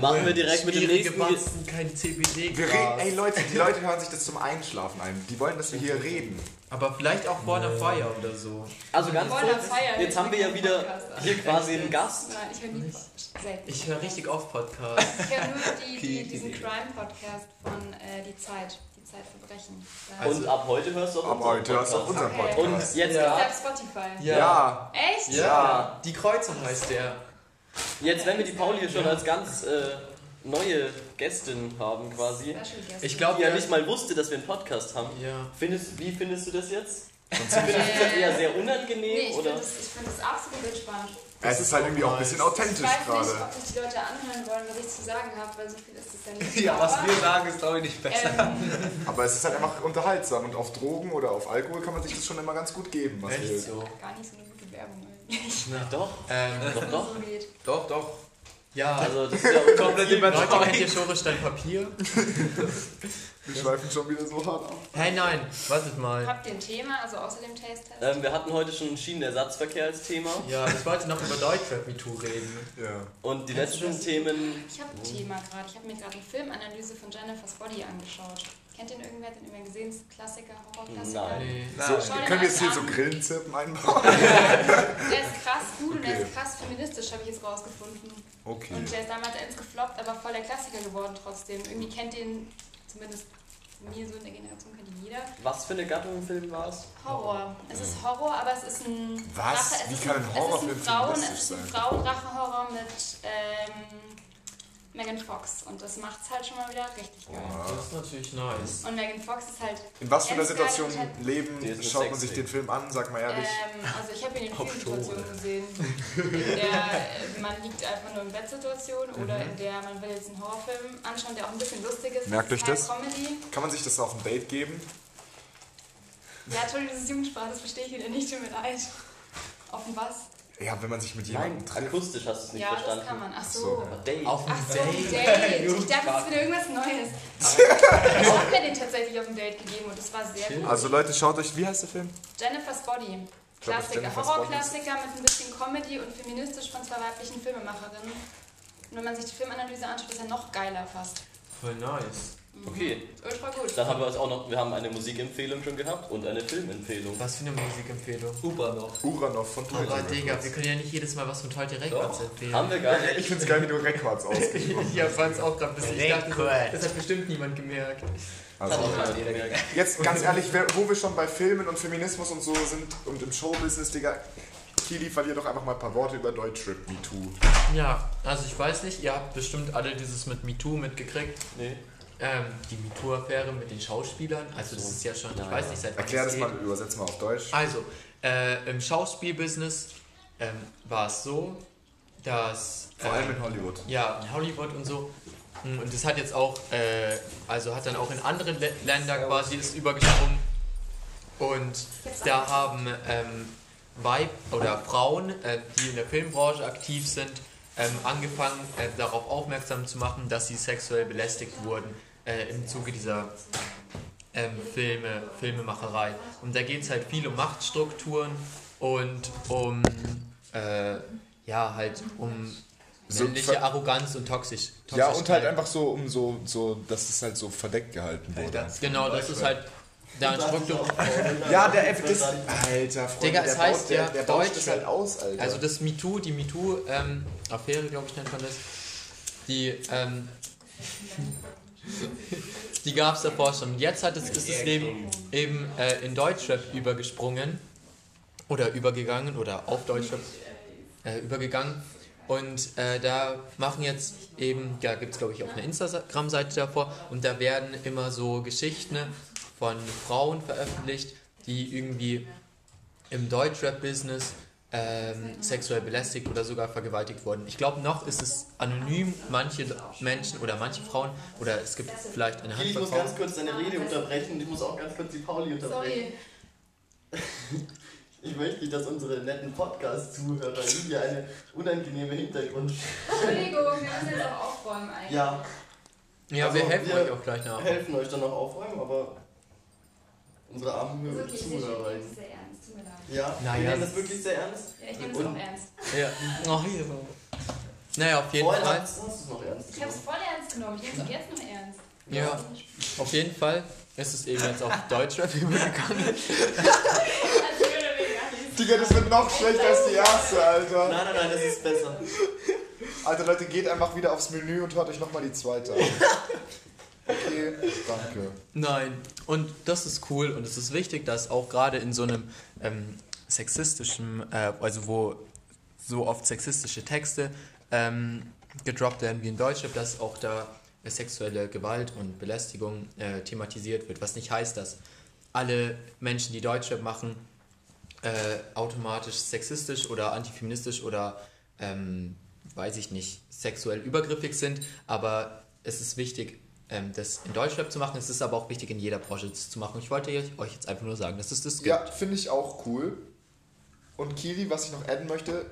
S4: machen wir direkt mit dem
S1: Schwierige
S4: nächsten. Ge-
S1: Batzen, kein CBD.
S2: Wir reden, ey Leute, die Leute hören sich das zum Einschlafen ein. Die wollen, dass wir hier reden.
S1: Aber vielleicht auch vor der Feier oder so.
S4: Also ganz
S6: Voll am
S4: kurz,
S6: Feiern.
S4: jetzt haben wir ja wieder
S6: Podcast an.
S4: hier quasi einen Gast.
S6: Nein, ich höre nie selten.
S1: Ich höre richtig auf Podcasts.
S6: Ich höre nur die, die, diesen Crime-Podcast von äh, Die Zeit. Die Zeitverbrechen. Da
S1: Also-
S4: Und ab heute hörst du auch
S2: Aber
S4: unseren
S2: heute hörst du auf unseren
S6: Okay.
S4: Und
S2: Podcast.
S4: jetzt,
S6: ja.
S1: Ja.
S6: auf Spotify.
S2: Ja,
S6: Echt?
S2: ja.
S1: Die Kreuzung heißt der.
S4: jetzt, wenn wir die Pauli hier schon als ganz äh, neue Gästin haben quasi,
S6: Special Guest.
S1: Ich
S4: die
S1: glaube
S4: ja nicht mal wusste, dass wir einen Podcast haben,
S1: Ja.
S4: findest, wie findest du das jetzt? Findest du das eher sehr unangenehm
S6: Nee, ich finde
S4: oder?
S6: das, ich find das absolut entspannt.
S2: Es ist halt irgendwie auch ein bisschen authentisch
S6: Ich weiß nicht,
S2: gerade.
S6: ob sich die Leute anhören wollen, was ich zu sagen habe, weil so viel ist es ja nicht.
S3: Ja, was
S6: Aber,
S3: wir sagen, ist glaube ich nicht besser.
S6: ähm,
S2: Aber es ist halt einfach unterhaltsam. Und auf Drogen oder auf Alkohol kann man sich das schon immer ganz gut geben. Was
S1: Echt
S2: wir
S1: so.
S6: Gar nicht so eine gute Werbung eigentlich.
S4: Doch,
S1: Ähm,
S4: doch,
S6: Wenn es
S4: doch.
S6: so geht.
S3: Doch, doch.
S1: ja, also.
S4: Also das ist ja unser
S3: Komplett
S4: Ziel.
S1: Leute, kennt ihr
S3: überzeugt.
S1: Schorisch dein Papier?
S2: wir schweifen schon wieder so hart ab.
S1: Hey, nein, wartet mal.
S6: Habt ihr ein Thema, also außer dem Taste-Test?
S4: Ähm, wir hatten heute schon Schienenersatzverkehr als Thema
S1: Ja, ich wollte noch über Deutschrap MeToo reden.
S2: Ja.
S4: und die letzten Themen,
S6: Ich habe ein Thema gerade. Ich habe mir gerade eine Filmanalyse von Jennifer's Body angeschaut. Kennt den irgendwer? Hat den irgendwer gesehen? Das ist ein Klassiker, Horrorklassiker.
S4: Nein.
S1: Nee.
S2: So,
S6: Schau dir
S2: können wir jetzt
S6: mal
S2: hier so
S6: an.
S2: Grillenzirpen einbauen?
S6: Der ist krass gut und der
S2: Okay.
S6: ist krass feministisch, habe ich jetzt rausgefunden.
S2: Okay.
S6: Und der ist damals eins gefloppt, aber voll der Klassiker geworden trotzdem. Irgendwie kennt den zumindest mir so in der Generation kennt ihn jeder.
S4: Was für eine Gattung im Film war es?
S6: Horror. Es ist Horror, aber es ist ein
S2: Was?
S6: Rache. Es
S2: Wie
S6: ist
S2: kann ein
S6: es
S2: Horrorfilm
S6: ist ein Frauen,
S2: feministisch
S6: es ist ein
S2: sein?
S6: Frauenrache-Horror mit ähm, Megan Fox und das macht's halt schon mal wieder richtig geil.
S1: Das ist natürlich nice.
S6: Und Megan Fox ist halt
S2: In was für einer
S6: Ganz geil,
S2: Situation
S6: ich hab-
S2: leben,
S4: Die ist eine
S2: schaut man sich
S4: Sexszene.
S2: den Film an, sag mal ehrlich.
S6: Ähm, also ich habe ihn in
S3: Auf
S6: vielen Situationen
S3: Schore.
S6: gesehen. In der äh, man liegt einfach nur in Bettsituation oder in der man will jetzt einen Horrorfilm anschauen, der auch ein bisschen lustig ist.
S2: Mhm. Merkt
S6: Es ist
S2: euch
S6: keine
S2: das?
S6: Comedy.
S2: Kann man sich das auf ein Date geben?
S6: Ja, Entschuldigung, das ist Jugendsprache, das verstehe ich wieder nicht, tut mir leid. Auf dem was?
S2: Ja, wenn man sich mit jemandem trifft.
S4: Akustisch hast du es nicht
S6: Ja,
S4: verstanden.
S6: das kann man. Ach
S2: So,
S6: so.
S4: Aber Date.
S1: Auf
S6: Ach
S1: dem
S6: so, ein
S1: Date.
S6: Date. Ich dachte, das ist wieder irgendwas Neues. Aber ich habe mir den tatsächlich auf dem Date gegeben und das war sehr gut.
S2: Also Leute, schaut euch, wie heißt der Film?
S6: Jennifer's Body.
S2: glaub, das
S6: Klassiker,
S2: Jennifer's
S6: Horrorklassiker mit ein bisschen Comedy und feministisch von zwei weiblichen Filmemacherinnen. Und wenn man sich die Filmanalyse anschaut, ist er noch geiler fast.
S1: Voll nice.
S4: Okay,
S6: Ultra gut.
S4: dann haben wir uns auch noch, wir haben eine Musikempfehlung schon gehabt und eine Filmempfehlung.
S1: Was für eine Musikempfehlung.
S3: Uber noch.
S2: Uranov von Toy
S1: Aber
S2: Direct.
S1: Oh Digga, wir können ja nicht jedes Mal was von Toy direkt
S4: Doch.
S1: erzählen.
S4: Haben wir gar
S2: Ich
S4: nicht.
S2: find's geil, wie du Records ausgibst.
S1: Ja, fand's auch gerade ein bisschen. Ich dachte, so,
S3: Record.
S1: das hat bestimmt niemand gemerkt.
S4: Hat
S2: Also,
S4: nicht mal jeder gemerkt.
S2: jetzt ganz ehrlich, wer- wo wir schon bei Filmen und Feminismus und so sind und im Showbusiness, Digga, Kili, verlier doch einfach mal ein paar Worte über Deutschrap Me Too.
S1: Ja, also ich weiß nicht, ihr habt bestimmt alle dieses mit MeToo mitgekriegt.
S4: Nee.
S1: Ähm, die MeToo-Affäre mit den Schauspielern. Also das
S4: So.
S1: ist ja schon, ich
S4: Ja,
S1: weiß
S4: ja.
S1: nicht, seit wann
S2: Erklär
S1: es
S2: das
S1: geht.
S2: mal, übersetz mal auf Deutsch.
S1: Also, äh, im Schauspielbusiness ähm, war es so, dass...
S2: Vor
S1: ähm,
S2: allem in Hollywood.
S1: Ja, in Hollywood und so. Mm, Und das hat jetzt auch, äh, also hat dann auch in andere Lä- Länder quasi ist übergesprungen. Und da haben ähm, Weib oder Frauen, äh, die in der Filmbranche aktiv sind, ähm, angefangen äh, darauf aufmerksam zu machen, dass sie sexuell belästigt wurden äh, im Zuge dieser ähm, Filme, Filmemacherei. Und da geht es halt viel um Machtstrukturen und um, äh, ja, halt um
S2: So
S1: männliche
S2: ver-
S1: Arroganz und toxisch.
S2: Ja, und halt
S1: Toxischkeit.
S2: einfach so, um so, so, dass es halt so verdeckt gehalten wurde.
S1: Genau, das ist halt da ein Struktur.
S2: Ja, der F das, Alter, Freunde,
S1: Digga,
S2: der
S1: es heißt
S2: der,
S1: ja,
S2: der baut
S1: Deutsch-
S2: das halt aus, Alter.
S1: Also das MeToo, die MeToo-Affäre, glaube ich, nennt man das. Die, ähm, die gab es davor schon. Und Jetzt hat es, ist es eben, eben äh, in Deutschrap übergesprungen. Oder übergegangen, oder auf Deutschrap äh, übergegangen. Und äh, da machen jetzt eben, da gibt es glaube ich auch eine Instagram-Seite davor, und da werden immer so Geschichten von Frauen veröffentlicht, die irgendwie im Deutschrap-Business ähm, sexuell belästigt oder sogar vergewaltigt wurden. Ich glaube, noch ist es anonym. Manche Menschen oder manche Frauen, oder es gibt vielleicht eine
S4: Ich
S1: Handvoll
S4: muss
S1: Frauen.
S4: ganz kurz deine Rede unterbrechen und ich muss auch ganz kurz die Pauli unterbrechen.
S6: Ah, Sorry.
S4: Ich möchte nicht, dass unsere netten Podcast-Zuhörer hier eine unangenehme Hintergrund.
S6: Entschuldigung, wir müssen jetzt auch aufräumen eigentlich. Also,
S4: Ja,
S1: Ja,
S4: Also,
S1: wir helfen
S4: wir-
S1: euch auch gleich nach.
S4: helfen euch dann auch aufräumen, aber unsere armen
S6: Wirklich, ich nehme
S4: Zuhörer.
S6: das sehr ernst. Tut mir leid.
S4: Ja, wir
S1: Naja.
S4: nehmen das wirklich sehr ernst.
S6: Ja, ich nehme das
S4: Und-
S6: auch ernst.
S1: Ja. Oh, hier so. Naja, auf jeden
S4: Vorhin
S1: Fall.
S4: hast hast du es noch ernst
S6: Ich habe
S4: genommen.
S6: es voll ernst genommen. Ich nehme es auch jetzt noch ernst. Also,
S1: Ja, auf jeden Fall ist es eben jetzt auf Deutschrap übergegangen.
S6: Also, mehr oder weniger.
S2: Digga, das wird noch schlechter als die erste, Alter.
S4: Nein, nein, nein, das ist besser.
S2: Alter, Leute, geht einfach wieder aufs Menü und hört euch nochmal die zweite an. Okay, danke.
S1: Nein, und das ist cool und es ist wichtig, dass auch gerade in so einem ähm, sexistischen, äh, also wo so oft sexistische Texte ähm, gedroppt werden wie in Deutschland, dass auch da äh, sexuelle Gewalt und Belästigung äh, thematisiert wird. Was nicht heißt, dass alle Menschen, die Deutschrap machen, äh, automatisch sexistisch oder antifeministisch oder ähm, weiß ich nicht, sexuell übergriffig sind, aber es ist wichtig, ähm, das in Deutschrap zu machen, es ist aber auch wichtig, in jeder Branche das zu machen. Ich wollte euch jetzt einfach nur sagen, dass es das gibt.
S2: Ja, finde ich auch cool. Und Kili, was ich noch adden möchte,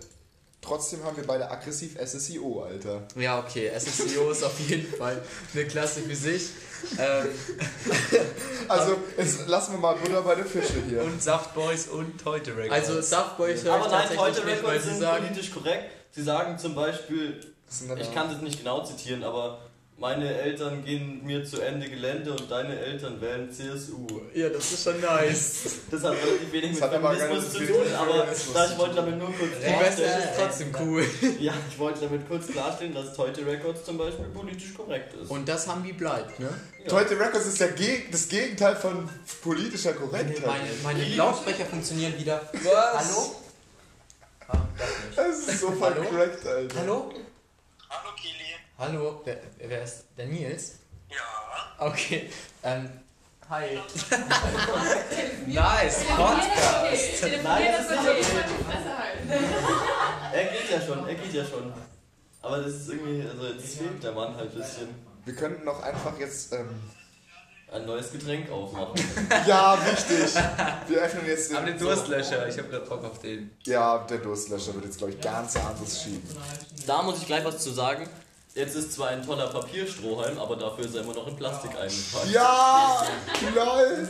S2: trotzdem haben wir beide aggressiv SSIO, Alter.
S1: Ja, okay, SSEO ist auf jeden Fall eine Klasse für sich. Ähm,
S2: Also, jetzt lassen wir mal Butter bei den Fische hier.
S3: Und Saftboys und Toy Direct.
S1: also Softboy höre ich
S4: Aber nein,
S1: tatsächlich
S4: heute
S1: nicht, weil
S4: Records
S1: sie
S4: sind
S1: sagen,
S4: politisch korrekt. Sie sagen zum Beispiel,
S2: Das sind dann
S4: ich
S2: auch-
S4: kann das nicht genau zitieren, aber meine Eltern gehen mit mir zu Ende Gelände und deine Eltern wählen CSU.
S3: Ja, das ist schon nice.
S4: Das hat relativ wenig mit
S2: Das hat aber gar nicht
S4: Feminismus zu
S2: viel
S4: tun,
S2: mit
S4: aber
S2: Feminismus
S4: da
S2: zu
S4: ich wollte damit nur kurz
S1: Die Weste
S4: klarstellen,
S1: ist trotzdem cool.
S4: ja, ich wollte damit kurz klarstellen, dass Teute Records zum Beispiel politisch korrekt ist.
S1: Und das haben die bleibt, ne?
S4: Ja.
S2: Toyota Records ist ja geg das Gegenteil von politischer Korrektheit.
S1: Meine, meine Lautsprecher funktionieren wieder.
S3: Was?
S1: Hallo? Ah, das nicht.
S2: Das ist so
S1: Hallo?
S2: vercrackt, Alter.
S1: Hallo?
S8: Hallo Kili.
S1: Hallo? Wer, wer ist der Nils?
S8: Ja.
S1: Okay. Ähm, hi.
S3: Nice,
S6: Podcast. Telefonieren ist okay. Die Fresse halt. halten.
S4: Er geht ja schon, er geht ja schon. Aber das ist irgendwie, also das fehlt der Mann halt ein bisschen.
S2: Wir könnten noch einfach jetzt. Ähm,
S4: Ein neues Getränk aufmachen.
S2: ja, wichtig. Wir öffnen jetzt den.
S3: Aber den Durstlöscher, ich hab grad Bock auf den.
S2: Ja, der Durstlöscher wird jetzt, glaube ich, ganz anders schieben.
S4: Da muss ich gleich was zu sagen. Jetzt ist zwar ein toller Papierstrohhalm, aber dafür ist er immer noch in Plastik eingepackt.
S2: Ja! Lol!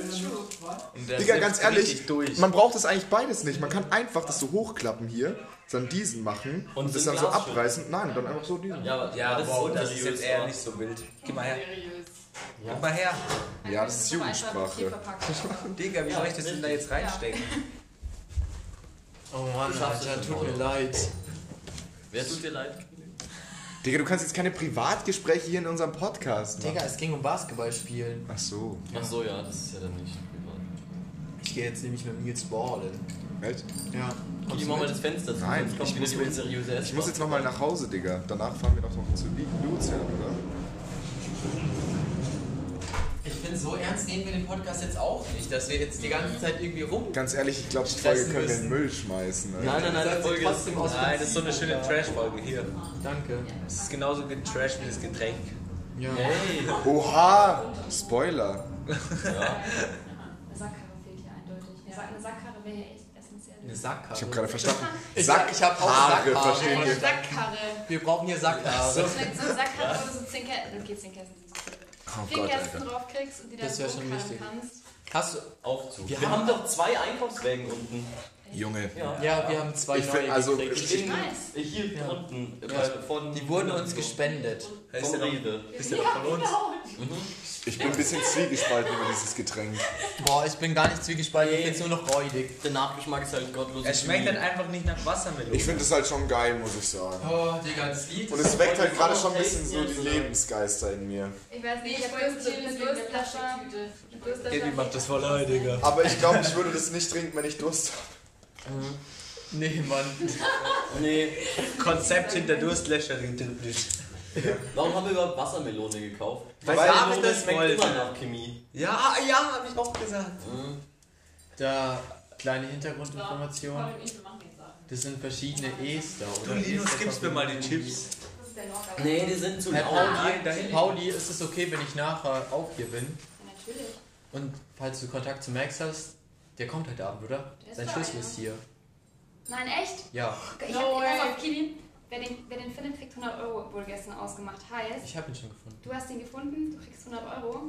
S3: Und der
S2: Digga,
S3: sippt
S2: ganz ehrlich,
S3: richtig durch.
S2: Man braucht das eigentlich beides nicht. Man kann einfach das so hochklappen hier, dann diesen machen und,
S4: Und
S2: das
S4: den
S2: dann so
S4: Glas schütteln.
S2: abreißen. Nein, dann einfach so diesen.
S4: Ja, aber
S3: Ja,
S4: das
S3: wow,
S4: ist
S3: das ist
S4: unseriös,
S3: jetzt eher
S4: wa?
S3: nicht so wild. Gib mal her,
S6: Seriös.
S3: gib mal her.
S2: Ja, das ist Jugendsprache.
S3: Digga, wie soll ich das denn da jetzt reinstecken?
S1: Oh Mann,
S4: schaffst
S1: Alter,
S4: es
S1: tut
S4: schon,
S1: mir leid.
S4: Wer tut dir leid?
S2: Digga, du kannst jetzt keine Privatgespräche hier in unserem Podcast machen.
S1: Digga, es ging um Basketball spielen.
S2: Ach so.
S4: Ach so, ja, das ist ja dann nicht privat.
S1: Ich gehe jetzt nämlich mit Nils ballen.
S2: Echt?
S1: Ja.
S4: Gib ihm mal das Fenster zu,
S2: Nein,
S4: sonst
S2: ich
S4: kommt wieder
S2: muss
S4: die
S2: mir-
S4: unseriöse
S2: Ich muss
S4: S-Bahn.
S2: jetzt nochmal nach Hause, Digga. Danach fahren wir doch noch zu Lucian, oder?
S1: Ich bin so ernst, nehmen wir den Podcast jetzt auch nicht, dass wir jetzt die ganze Zeit irgendwie rum.
S2: Ganz ehrlich, ich glaube, die
S1: Stressen
S2: Folge können wir in
S1: müssen.
S2: den Müll schmeißen. Alter.
S4: Nein, nein, nein,
S1: Sagt
S4: die
S1: sie
S4: Folge ist...
S1: trotzdem aus
S3: Nein, das ist so eine schöne Trash-Folge hier.
S1: Danke.
S3: Das ist genauso getrashed wie das Getränk.
S1: Ja.
S4: Hey,
S2: Oha! Spoiler!
S6: Eine Sackkarre fehlt hier eindeutig. Ja. Eine Sackkarre wäre ja echt essentiell.
S1: Eine Sackhaare.
S2: Ich habe gerade verstanden.
S1: Ich-
S2: Sack,
S1: ich hab auch
S2: Haare,
S1: Sackhaare.
S2: verstehen
S6: Eine
S2: wir.
S6: Sackkarre.
S1: Wir brauchen hier Sackhaare.
S6: Vielleicht so eine Sackkarre, wo du so 10 Kästen, okay, 10 Kästen sind so viel.
S2: Oh
S6: 10
S2: Gott,
S6: Kästen
S2: Alter.
S6: draufkriegst und die dann
S1: Das wär schon
S6: hochkarren
S1: wichtig.
S6: kannst.
S1: Hast du.
S4: Aufzug.
S1: Wir
S4: Wir,
S1: haben-
S4: haben doch zwei Einkaufswagen unten.
S2: Junge.
S4: Ja.
S1: Ja, wir haben zwei
S2: Ich
S1: neue.
S2: find- also-
S1: gekriegt.
S4: In,
S6: Nice.
S4: Äh, Hier
S1: Ja.
S4: unten.
S1: Ja.
S4: Äh, von,
S1: Die wurden uns gespendet.
S3: Heißt
S4: Vom
S3: der noch,
S4: Rewe.
S3: bist du noch von uns?
S2: Ich bin ein bisschen zwiegespalten über dieses Getränk.
S1: Boah, ich bin gar nicht zwiegespalten, ich bin jetzt nur noch räudig.
S4: Der Nachgeschmack ist halt gottlos.
S3: Es schmeckt halt einfach nicht nach Wassermelone.
S2: Ich finde es halt schon geil, muss ich sagen.
S1: Oh, Digga, das Lied.
S2: Und es weckt halt gerade schon ein bisschen so die Lebensgeister in mir.
S6: Ich weiß nicht, ich
S9: ich
S6: wollte
S9: wollte
S6: es
S9: chillen
S6: mit
S9: wegen der
S6: Durstlöscher. Mit Durstlöscher.
S3: Irgendwie macht das voll neu, Digga.
S2: Aber ich glaube, ich würde das nicht trinken, wenn ich Durst habe.
S1: Nee, Mann.
S4: Nee,
S3: Konzept hinter Durstlöscher gedribbelt.
S4: warum haben wir überhaupt Wassermelone gekauft?
S3: Weil
S4: Wassermelone
S3: ich das
S4: schmeckt
S3: wollte.
S4: immer nach Chemie.
S3: Ja, ja, hab ich auch gesagt.
S4: Hm.
S1: Da, kleine Hintergrundinformation. Das sind verschiedene Ester,
S3: Du,
S1: oder?
S3: Linus,
S1: Ester
S3: gibst mir mal die Chips.
S9: Das ist der Locker.
S4: Nee, die sind zu
S1: Herr
S4: laut.
S1: Pauli, Pauli, ist es okay, wenn ich nachher auch hier bin?
S6: Natürlich.
S1: Und falls du Kontakt zu Max hast, der kommt heute Abend, oder?
S6: Der ist
S1: Sein
S6: da,
S1: Schlüssel
S6: ja.
S1: ist hier.
S6: Nein, echt?
S1: Ja.
S6: Ich
S9: No
S6: hab, pass
S9: way.
S6: auf, Kili, wer den, wer den findet, kriegt 100 Euro, wurde gestern ausgemacht. Heißt,
S1: Ich habe ihn schon gefunden.
S6: du hast ihn gefunden, du kriegst 100 Euro.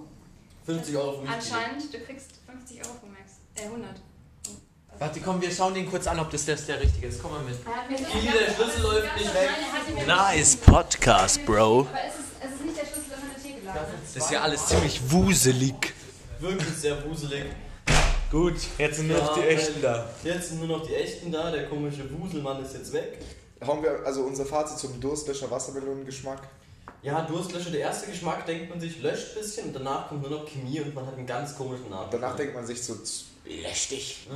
S4: 50 Euro für mich.
S6: Anscheinend, du kriegst 50 Euro von Max. Äh, 100.
S1: Warte, komm, wir schauen den kurz an, ob das der, der richtige ist. Komm mal mit.
S6: Er hat mir
S4: Kili, der Schlüssel läuft nicht weg.
S6: Nice Podcast, Bro. Aber es ist, es ist nicht der Schlüssel in der Theke gelagert.
S3: Das ist ja alles ziemlich wuselig.
S4: Wirklich sehr wuselig.
S3: Gut, jetzt sind nur noch die
S4: Ja,
S3: echten da.
S4: Jetzt sind nur noch die echten da, der komische Wuselmann ist jetzt weg.
S2: Haben wir also unser Fazit zum Durstlöscher Wassermelonengeschmack?
S4: Ja, Durstlöscher, der erste Geschmack denkt man sich, löscht ein bisschen und danach kommt nur noch Chemie und man hat einen ganz komischen Namen.
S2: Danach denkt man sich so, z-
S4: lösch dich.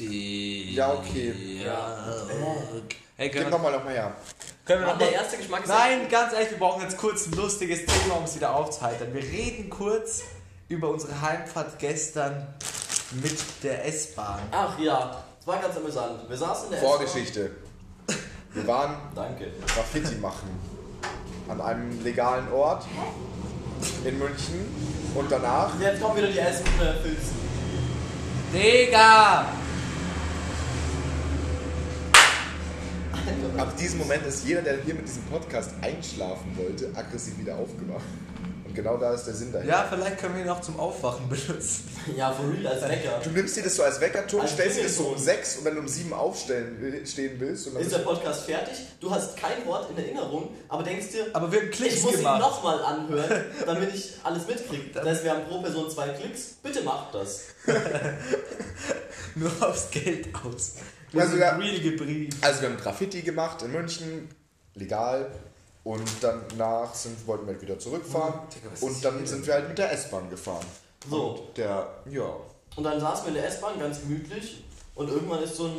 S4: Äh.
S2: ja, okay.
S4: Ja. Äh,
S3: Hey,
S2: Gib
S3: können wir,
S2: nochmal nochmal her.
S3: können wir
S4: Aber
S3: noch
S4: der
S3: mal...
S4: erste Geschmack ist
S3: Nein, ganz ehrlich, wir brauchen jetzt kurz ein lustiges Thema, um es wieder aufzuheitern. Wir reden kurz über unsere Heimfahrt gestern mit der S-Bahn.
S4: Ach ja, es war ganz amüsant. Wir saßen in der
S2: Vorgeschichte. Wir waren
S4: S-Bahn. Danke.
S2: Graffiti machen. An einem legalen Ort in München. Und danach
S4: Jetzt kommen wieder die äh, S-Bahn-Filzen.
S3: Digga!
S2: Ab diesem Moment ist jeder, der hier mit diesem Podcast einschlafen wollte, aggressiv wieder aufgewacht. Und Genau da ist der Sinn dahinter.
S5: Ja, vielleicht können wir ihn auch zum Aufwachen benutzen.
S4: Ja, for real, als Wecker.
S2: Du nimmst dir das so als Weckerton,
S4: Als
S2: stellst dir das so um
S4: Klingelton.
S2: sechs und wenn du um sieben aufstehen willst, und dann
S4: Ist
S2: bist
S4: der Podcast fertig? Du hast kein Wort in Erinnerung, aber denkst dir,
S5: Aber wir haben
S4: ich
S5: Klicks
S4: muss ihn
S5: gemacht.
S4: nochmal anhören, damit ich alles mitkriege. Das heißt, wir haben pro Person zwei Klicks. Bitte macht das.
S5: Nur aufs Geld aus.
S2: du
S5: Wir
S2: also,
S5: sind
S2: wir,
S5: real gebrieft.
S2: also wir haben Graffiti gemacht in München, legal. Und danach sind, wollten wir halt wieder zurückfahren. und dann sind wir halt mit der S-Bahn gefahren.
S4: So.
S2: Der, ja.
S4: Und dann saßen wir in der S-Bahn ganz gemütlich und irgendwann ist so ein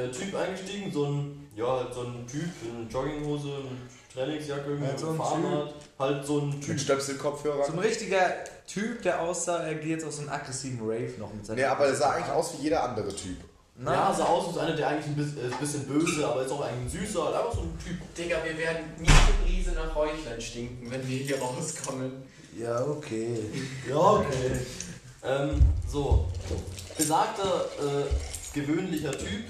S4: äh, Typ eingestiegen, so ein, ja, halt so ein Typ in Jogginghose, in Trainingsjacke, irgendwie
S5: Halt so ein
S4: mit Fahrrad, halt so
S1: Hm.
S4: ein
S2: Mit
S4: Typ.
S5: So ein
S2: Stöpselkopfhörern.
S5: richtiger Typ, der aussah, er geht jetzt auf so einen aggressiven Rave noch mit seinem.
S2: Nee, aber der sah eigentlich aus wie jeder andere Typ.
S4: Ja, sah aus als einer, der eigentlich ein bisschen, äh, ein bisschen böse, aber ist auch eigentlich ein süßer, halt einfach so ein Typ.
S1: Digga, wir werden nie eine Brise nach Heuchlern stinken, wenn wir hier rauskommen.
S5: Ja, okay.
S4: Ja, okay. ähm, so. Besagter, äh, gewöhnlicher Typ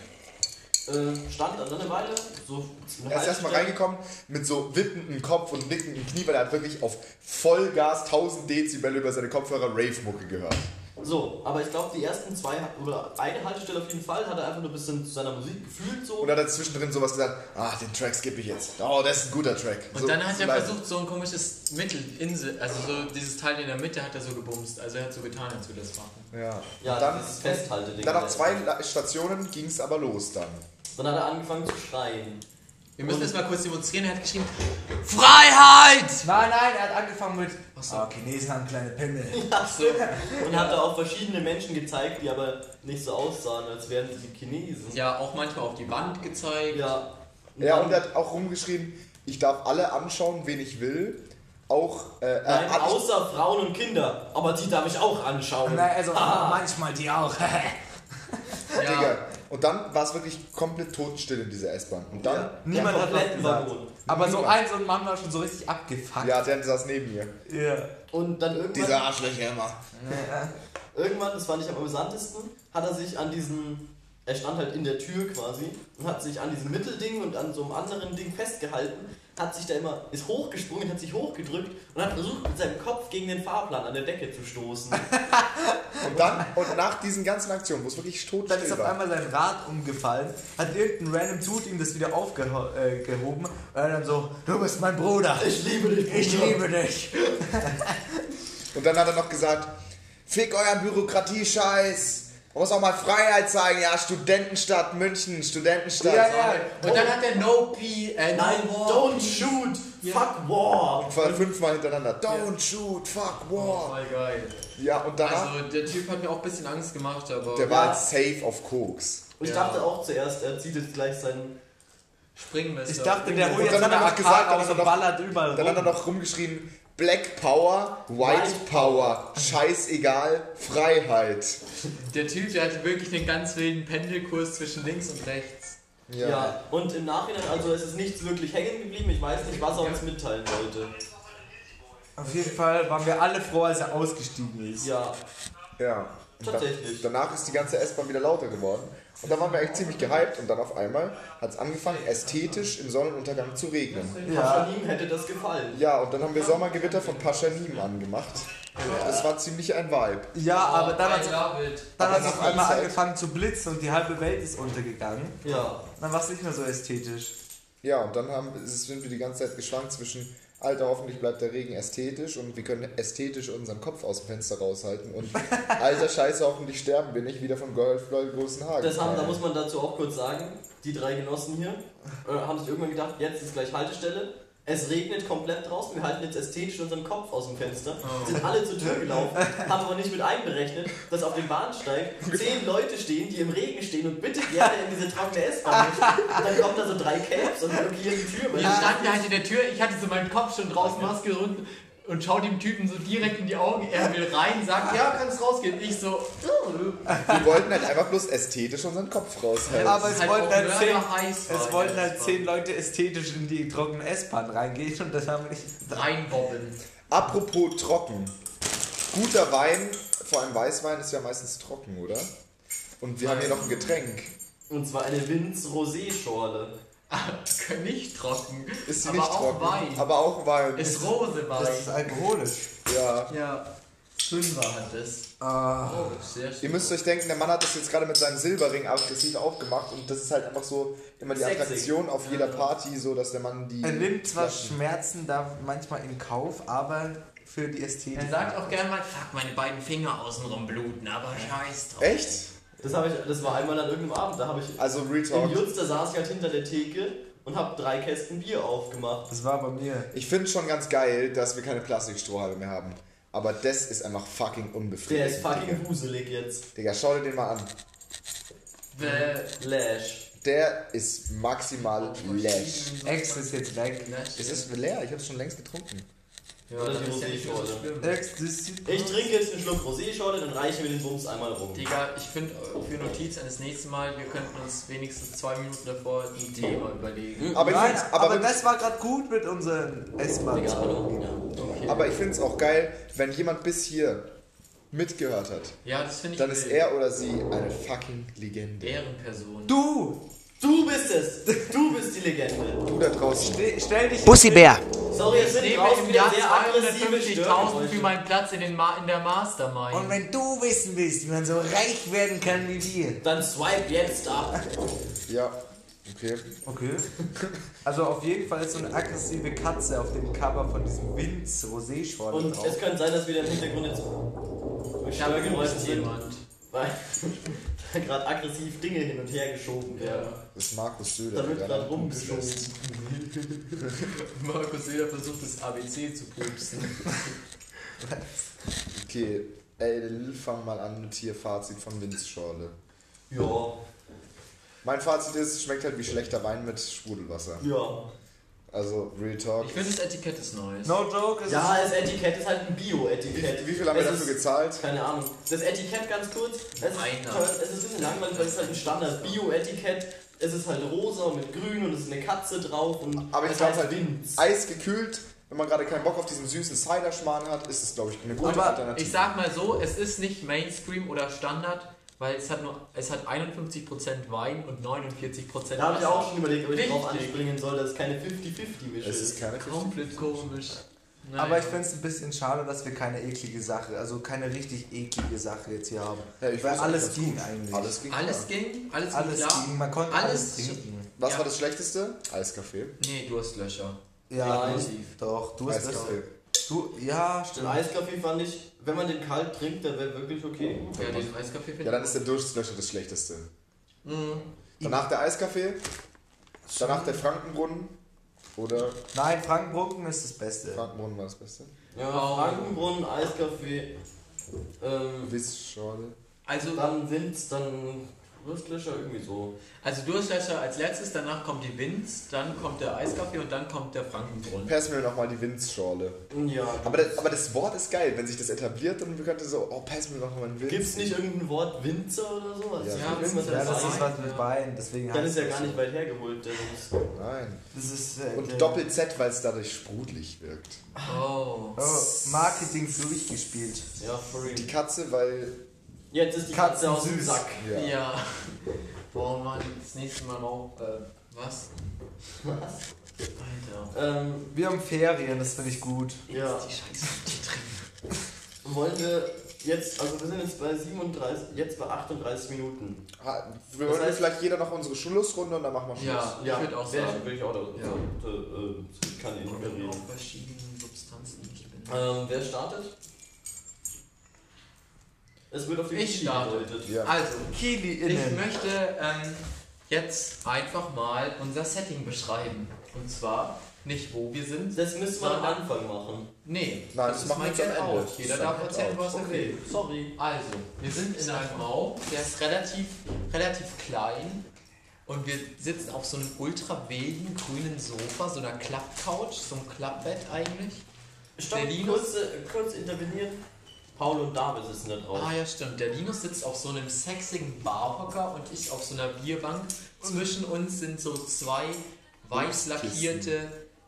S4: äh, stand dann eine Weile, so eine
S2: Er ist erstmal
S4: Haltestelle.
S2: reingekommen mit so wippendem Kopf und nickendem Knie, weil er hat wirklich auf Vollgas 1000 Dezibel über seine Kopfhörer Rave-Mucke gehört.
S4: So, aber ich glaube, die ersten zwei, oder eine Haltestelle auf jeden Fall, hat er einfach nur ein bisschen zu seiner Musik gefühlt so.
S2: Und dann hat er zwischendrin sowas gesagt, ah, den Track skippe ich jetzt. Oh, das ist ein guter Track.
S1: Und
S2: So
S1: dann hat
S2: zu
S1: er
S2: leise.
S1: versucht, so ein komisches Mittelinsel, also so dieses Teil in der Mitte hat er so gebumst. Also er hat so getan, als würde er es machen.
S2: Ja.
S4: ja,
S2: und dann,
S4: dieses Festhalteding.
S2: dann nach zwei La- Stationen ging es aber los dann.
S4: Dann hat er angefangen zu schreien.
S1: Wir müssen jetzt mal kurz demonstrieren, er hat geschrieben, Freiheit!
S5: Nein, nein, er hat angefangen mit. Ah, Chinesen haben kleine Pimmel.
S4: Ach so. Und hat da auch verschiedene Menschen gezeigt, die aber nicht so aussahen, als wären sie Chinesen.
S1: Ja, auch manchmal auf die Wand gezeigt.
S4: ja.
S2: Ja,
S4: dann-
S2: und er hat auch rumgeschrien, ich darf alle anschauen, wen ich will. Auch, äh, äh,
S4: Nein,
S2: an-
S4: außer Frauen und Kinder. Aber die darf ich auch anschauen.
S5: Nein, also manchmal die auch.
S1: ja.
S2: Digga. Und dann war es wirklich komplett totenstill in dieser S-Bahn. Und dann,
S4: Ja.
S5: Niemand hat was
S4: kompletten
S5: gesagt.
S4: Waggon.
S5: Aber so ein, so ein Mann war schon so richtig abgefuckt.
S2: ja, der saß neben mir.
S5: Ja.
S4: Und dann irgendwann.
S2: Dieser Arschlöcher immer.
S4: Irgendwann, das fand ich am amüsantesten, hat er sich an diesen, er stand halt in der Tür quasi und hat sich an diesem Mittelding und an so einem anderen Ding festgehalten, hat sich da immer, ist hochgesprungen, hat sich hochgedrückt und hat versucht mit seinem Kopf gegen den Fahrplan an der Decke zu stoßen.
S2: Und dann, und nach diesen ganzen Aktionen, wo es wirklich
S5: Dann ist
S2: totenstill
S5: auf
S2: war,
S5: einmal sein Rad umgefallen, hat irgendein random Dude ihm das wieder aufgehoben äh, gehoben und er dann so, du bist mein Bruder,
S4: Ich liebe dich,
S5: ich liebe dich.
S2: und dann hat er noch gesagt, fick euren Bürokratiescheiß. Man muss auch mal Freiheit zeigen, ja, Studentenstadt München, Studentenstadt.
S5: Ja, ja.
S1: Und dann hat er No P, äh,
S4: Nein,
S1: No War.
S4: don't shoot, fuck war.
S2: Vor allem fünfmal hintereinander. Don't shoot, fuck war.
S1: Voll geil.
S2: Ja, und danach,
S1: Also der Typ hat mir auch ein bisschen Angst gemacht, aber
S2: der war
S4: Ja.
S2: halt safe auf Koks.
S4: Und ich
S1: Ja.
S4: dachte auch zuerst, er zieht jetzt gleich seinen,
S1: Springmesser.
S5: Ich dachte, der
S2: Und
S5: holt jetzt
S2: dann hat er
S5: seine
S2: noch
S5: AK
S2: gesagt,
S5: raus
S2: dann
S5: und
S2: hat er noch-
S5: ballert überall
S2: Dann hat er
S5: rum.
S2: noch rumgeschrien, Black Power, White
S4: White
S2: Power, scheißegal, Freiheit.
S1: der Typ, der hatte wirklich einen ganz wilden Pendelkurs zwischen links und rechts.
S4: ja. Und im Nachhinein, also es ist nichts wirklich hängen geblieben, ich weiß nicht, was er uns mitteilen wollte.
S5: Auf jeden Fall waren wir alle froh, als er ausgestiegen ist.
S4: Ja,
S2: Ja. Und
S4: Tatsächlich.
S2: Da, danach ist die ganze S-Bahn wieder lauter geworden. Und dann waren wir echt ziemlich gehypt und dann auf einmal hat es angefangen, ästhetisch im Sonnenuntergang zu regnen.
S5: Ja.
S4: Paschanim hätte das gefallen.
S2: Ja, und dann haben wir Sommergewitter von Paschanim angemacht. Das war ziemlich ein Vibe.
S5: Ja, aber dann
S1: Oh, I
S5: hat
S1: love it.
S5: dann
S2: Aber
S5: hat es
S2: nach
S5: auf einmal
S2: Halbzeit-
S5: angefangen zu blitzen und die halbe Welt ist untergegangen.
S4: Ja.
S5: Dann war es nicht mehr so ästhetisch.
S2: Ja, und dann haben, es sind wir die ganze Zeit geschwankt zwischen, Alter, hoffentlich bleibt der Regen ästhetisch und wir können ästhetisch unseren Kopf aus dem Fenster raushalten und alter Scheiße, hoffentlich sterben wir nicht wieder von Golf Floyd Großenhagen.
S4: Das haben, da muss man dazu auch kurz sagen, die drei Genossen hier äh, haben sich irgendwann gedacht, jetzt ist gleich Haltestelle. Es regnet komplett draußen, wir halten jetzt ästhetisch unseren Kopf aus dem Fenster, sind alle zur Tür gelaufen, haben aber nicht mit einberechnet, dass auf dem Bahnsteig zehn Leute stehen, die im Regen stehen und bitte gerne in diese trockene S-Bahn. Und dann kommen da so drei Caps und blockieren die Tür. weil
S1: Wir standen halt in der Tür, ich hatte so meinen Kopf schon draußen, Maske unten und schau dem Typen so direkt in die Augen. Er will rein, sagt, ja, kannst rausgehen. Ich so, oh, "Ugh."
S2: Wir wollten halt einfach bloß ästhetisch unseren Kopf raushalten.
S5: Aber
S1: Es
S5: es
S1: ist halt
S5: wollten
S1: auch
S5: halt
S1: mörder
S5: zehn,
S1: heiß war in
S5: es
S1: der
S5: wollten halt
S1: S-Bahn.
S5: zehn Leute ästhetisch in die trockene S-Bahn reingehen und das haben wir nicht.
S1: reinbobben.
S2: Apropos trocken. Guter Wein, vor allem Weißwein, ist ja meistens trocken, oder? Und wir haben hier noch ein Getränk.
S4: Und zwar eine Winz-Rosé-Schorle.
S1: Nicht trocken.
S2: Ist sie
S1: aber
S2: nicht
S1: auch
S2: trocken.
S1: Wein.
S2: Aber auch Wein.
S1: Ist Rosewein.
S5: Das ist alkoholisch.
S2: ja.
S1: ja. Fünfer hat es.
S5: Ah.
S1: Oh, sehr schön.
S2: Ihr müsst euch denken, der Mann hat das jetzt gerade mit seinem Silberring aggressiv aufgemacht und das ist halt einfach so immer die
S4: Sexy.
S2: Attraktion auf jeder Party, so dass der Mann die.
S5: Er nimmt zwar Schmerzen da manchmal in Kauf, aber für die Ästhetik.
S1: er sagt auch gerne mal, fuck, meine beiden Finger außenrum bluten, aber scheiß drauf.
S2: Echt?
S4: Das, hab ich, das war einmal an irgendeinem Abend, da habe ich
S2: Also Real
S4: in
S2: Talk.
S4: Jutz, da saß ich halt hinter der Theke und habe drei Kästen Bier aufgemacht.
S5: Das war bei mir.
S2: Ich finde schon ganz geil, dass wir keine Plastikstrohhalme mehr haben. Aber das ist einfach fucking
S4: Der
S2: unbefriedigend.
S4: ist fucking wuselig jetzt.
S2: Digga, schau dir den mal an.
S1: Bäh.
S4: Lash.
S2: Der ist maximal lash.
S5: Ex ist jetzt weg.
S1: Lash.
S2: Es ist leer, ich hab's schon längst getrunken.
S1: Ja,
S4: Oder
S1: das
S4: die
S1: ist ja nicht
S4: Roséschorle.
S1: so schlimm.
S5: Ex, das sieht
S4: Ich trinke jetzt einen Schluck Rosé-Schorle, dann reichen wir den Bums einmal rum.
S1: Digga, ich finde für Notiz an das nächste Mal, wir könnten uns wenigstens zwei Minuten davor ein Thema überlegen.
S2: Aber ich
S5: Nein,
S2: find's,
S5: aber,
S2: aber,
S5: das war gerade gut mit unseren S-Bahn.
S4: Digga, hallo?
S1: Okay.
S2: aber ich find's auch geil, wenn jemand bis hier mitgehört hat.
S1: ja, das finde ich
S2: Dann ist
S1: wild.
S2: er oder sie eine fucking Legende.
S1: Ehrenperson.
S5: Du!
S4: Du bist es! Du bist die Legende!
S2: Du da draußen.
S5: ste- Stell dich.
S4: Sorry,
S1: ich
S4: jetzt sind
S1: stehe
S4: draußen
S1: im
S4: wieder
S1: Jahr
S4: sehr aggressive
S1: 250.000 für
S4: Störgeräusche.
S1: meinen Platz in, den Ma in der
S2: Oh
S5: Und
S1: Mastermind.
S5: wenn du wissen willst, wie man so reich werden kann wie wir.
S4: Dann swipe jetzt ab.
S2: Ja. Okay.
S5: Okay. Also auf jeden Fall ist so eine aggressive Katze auf dem Cover von diesem Winz Rosé-Schorle
S4: Und es
S5: drauf.
S4: könnte sein, dass wieder im Hintergrund jetzt Störgeräusche
S1: grüßt
S4: sind, weil da gerade aggressiv Dinge hin und her geschoben werden.
S2: Das ist Markus Söder.
S4: Da wird
S2: der
S4: gerade
S2: am Pups
S4: rumgeschoben.
S2: lässt.
S1: Markus Söder versucht das ABC zu pupsen.
S2: Okay. Ey, fang mal an mit hier Fazit von Winzschorle.
S4: Ja,
S2: Mein Fazit ist, es schmeckt halt wie schlechter Wein mit Sprudelwasser.
S4: ja.
S2: Also, Real Talk.
S1: Ich finde das Etikett ist neues.
S5: No joke, es
S4: Ja, das Etikett ist halt ein Bio-Etikett.
S2: Wie viel haben wir
S4: Es
S2: dafür
S4: ist-
S2: gezahlt?
S4: Keine Ahnung. Das Etikett ganz kurz. Es ist,
S1: Einer.
S4: teuer- es ist ein bisschen langweilig, weil es ist halt ein Standard-Bio-Etikett. Es ist halt rosa mit grün und es ist eine Katze drauf. Und
S2: Aber ich
S4: es
S2: glaube
S4: heißt
S2: halt,
S4: Winz.
S2: eisgekühlt, wenn man gerade keinen Bock auf diesen süßen Cider-Schmarrn hat, ist es, glaube ich, eine gute
S1: Aber
S2: Alternative.
S1: ich sag mal so, es ist nicht Mainstream oder Standard, weil es hat nur es hat 51% Wein und 49%
S4: Da habe ich
S1: Wasser.
S4: auch schon überlegt, ob ich drauf
S1: Richtig.
S4: anspringen soll, dass es keine 50-50-Mische
S2: es
S4: ist.
S2: ist keine
S1: komplett komisch. Naja.
S5: Aber ich finde es ein bisschen schade, dass wir keine eklige Sache, also keine richtig eklige Sache jetzt hier haben.
S2: Ja, ich
S5: Weil
S2: find's
S5: alles
S2: ganz
S5: ging
S2: gut.
S5: eigentlich.
S2: Alles ging.
S1: alles
S2: ging.
S1: ging, alles,
S5: Alles
S1: ging klar.
S5: ging, man konnte alles,
S1: Alles-
S5: trinken.
S2: Was
S1: Ja.
S2: war das schlechteste? Eiskaffee.
S1: Nee, Durstlöcher.
S5: Ja,
S4: Definitiv.
S5: doch, du hast das.
S2: Eiskaffee.
S5: Du, ja,
S4: Den
S5: stimmt.
S4: Eiskaffee fand ich, wenn man den kalt trinkt, dann wäre wirklich okay.
S1: Ja, den Eiskaffee finde
S2: Ja, dann ist der Durstlöcher das schlechteste.
S1: Mhm.
S2: Danach der Eiskaffee, danach der Frankenbrunnen oder
S5: Nein, Frankenbrucken ist das Beste.
S2: Frankenbrunnen war das Beste.
S4: Ja,
S1: Oh.
S4: Frankenbrunnen, Eiskaffee. Ähm,
S2: Witzschorle.
S1: Also,
S4: dann Winz, dann Würstlöscher, irgendwie so.
S1: also Durstlöcher als letztes, danach kommt die Winz, dann kommt der Eiskaffee und dann kommt der Frankenbrunnen.
S2: Pass mir nochmal die Winzschorle.
S4: Ja,
S2: Aber das, aber das Wort ist geil, wenn sich das etabliert, dann könnte so, oh, pass mir nochmal einen Winz.
S4: Gibt es nicht irgendein Wort Winzer oder sowas?
S2: Ja,
S4: Irgendwas
S1: Winzer,
S4: mit
S5: Ja, das ist
S4: Wein?
S5: was mit Wein, deswegen
S4: Dann
S5: heißt
S4: ist ja
S5: es
S4: gar
S5: so.
S4: nicht weit hergeholt. Der Witz.
S2: Nein.
S5: Das ist. Äh,
S2: Und
S5: der-
S2: Doppel-Z, weil es dadurch sprudelig wirkt.
S1: Oh.
S5: Oh, Marketing durchgespielt.
S4: Ja, for real.
S2: Die Katze, weil.
S4: Jetzt ist die
S5: Katzen
S4: Katze aus dem
S5: süß.
S4: Sack.
S1: Ja. Boah, Mann, das nächste Mal auch. Äh, was?
S4: Was?
S1: Alter.
S4: Ähm,
S5: Wir haben Ferien, das finde ich gut.
S4: ja.
S1: Die Scheiße, die trinken.
S4: Wollen wir jetzt, also wir sind jetzt bei 37, jetzt bei 38 Minuten.
S2: Ha, wir
S4: Das
S2: wollen
S4: heißt-
S2: vielleicht jeder noch unsere Schlussrunde und dann machen wir Schluss.
S1: Ja, ich würde auch
S4: wär-
S1: sagen.
S4: Würde ich auch da,
S1: Ja.
S4: da, äh, das kann ich
S1: Auf
S4: überreden.
S1: verschiedenen Substanzen. Ich bin.
S4: Ähm, wer startet? Es wird auf die
S1: Ich
S4: Regie
S1: starte.
S4: gedeutet.
S2: Ja.
S1: Also,
S5: Kili
S1: ich
S5: innen.
S1: möchte ähm, jetzt einfach mal unser Setting beschreiben. Und zwar nicht wo wir sind.
S4: Das müssen wir am Anfang machen.
S1: Nee,
S2: Nein, das machen
S1: mein
S2: wir jetzt am
S1: Get
S2: Ende.
S1: Out. Jeder
S2: Das ist
S1: darf
S2: mein Get
S1: erzählen,
S2: Out.
S1: was er will.
S4: sorry.
S1: Also, wir sind in einem Raum, der ist relativ, relativ klein und wir sitzen auf so einem ultra wilden grünen Sofa, so einer Klappcouch, so einem Klappbett eigentlich.
S4: Stopp,
S1: Der Linus-
S4: kurz, äh, kurz intervenieren. Paul und David sitzen da drauf.
S1: Ah ja, stimmt. Der Linus sitzt auf so einem sexigen Barhocker und ich auf so einer Bierbank. Zwischen uns sind so zwei weiß lackierte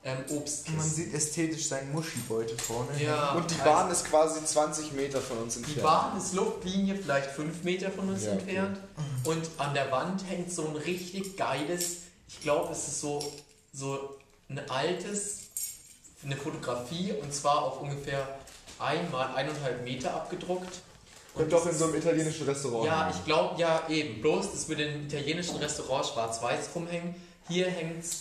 S1: ähm,
S5: Man
S1: Obstkisten.
S5: sieht ästhetisch seinen Muschibeutel vorne.
S1: Ja,
S2: Und die
S1: also-
S2: Bahn ist quasi 20 Meter von uns
S1: Die
S2: entfernt.
S1: Bahn ist Luftlinie vielleicht 5 Meter von uns
S2: Ja, okay.
S1: entfernt und an der Wand hängt so ein richtig geiles ich glaube, es ist so, so ein altes, eine Fotografie und zwar auf ungefähr einmal eineinhalb Meter abgedruckt.
S2: Könnte auch in so einem italienischen Restaurant.
S1: Ja,
S2: hängen.
S1: ich glaube, ja, eben. Bloß, dass wir den italienischen Restaurant schwarz-weiß rumhängen. Hier hängt es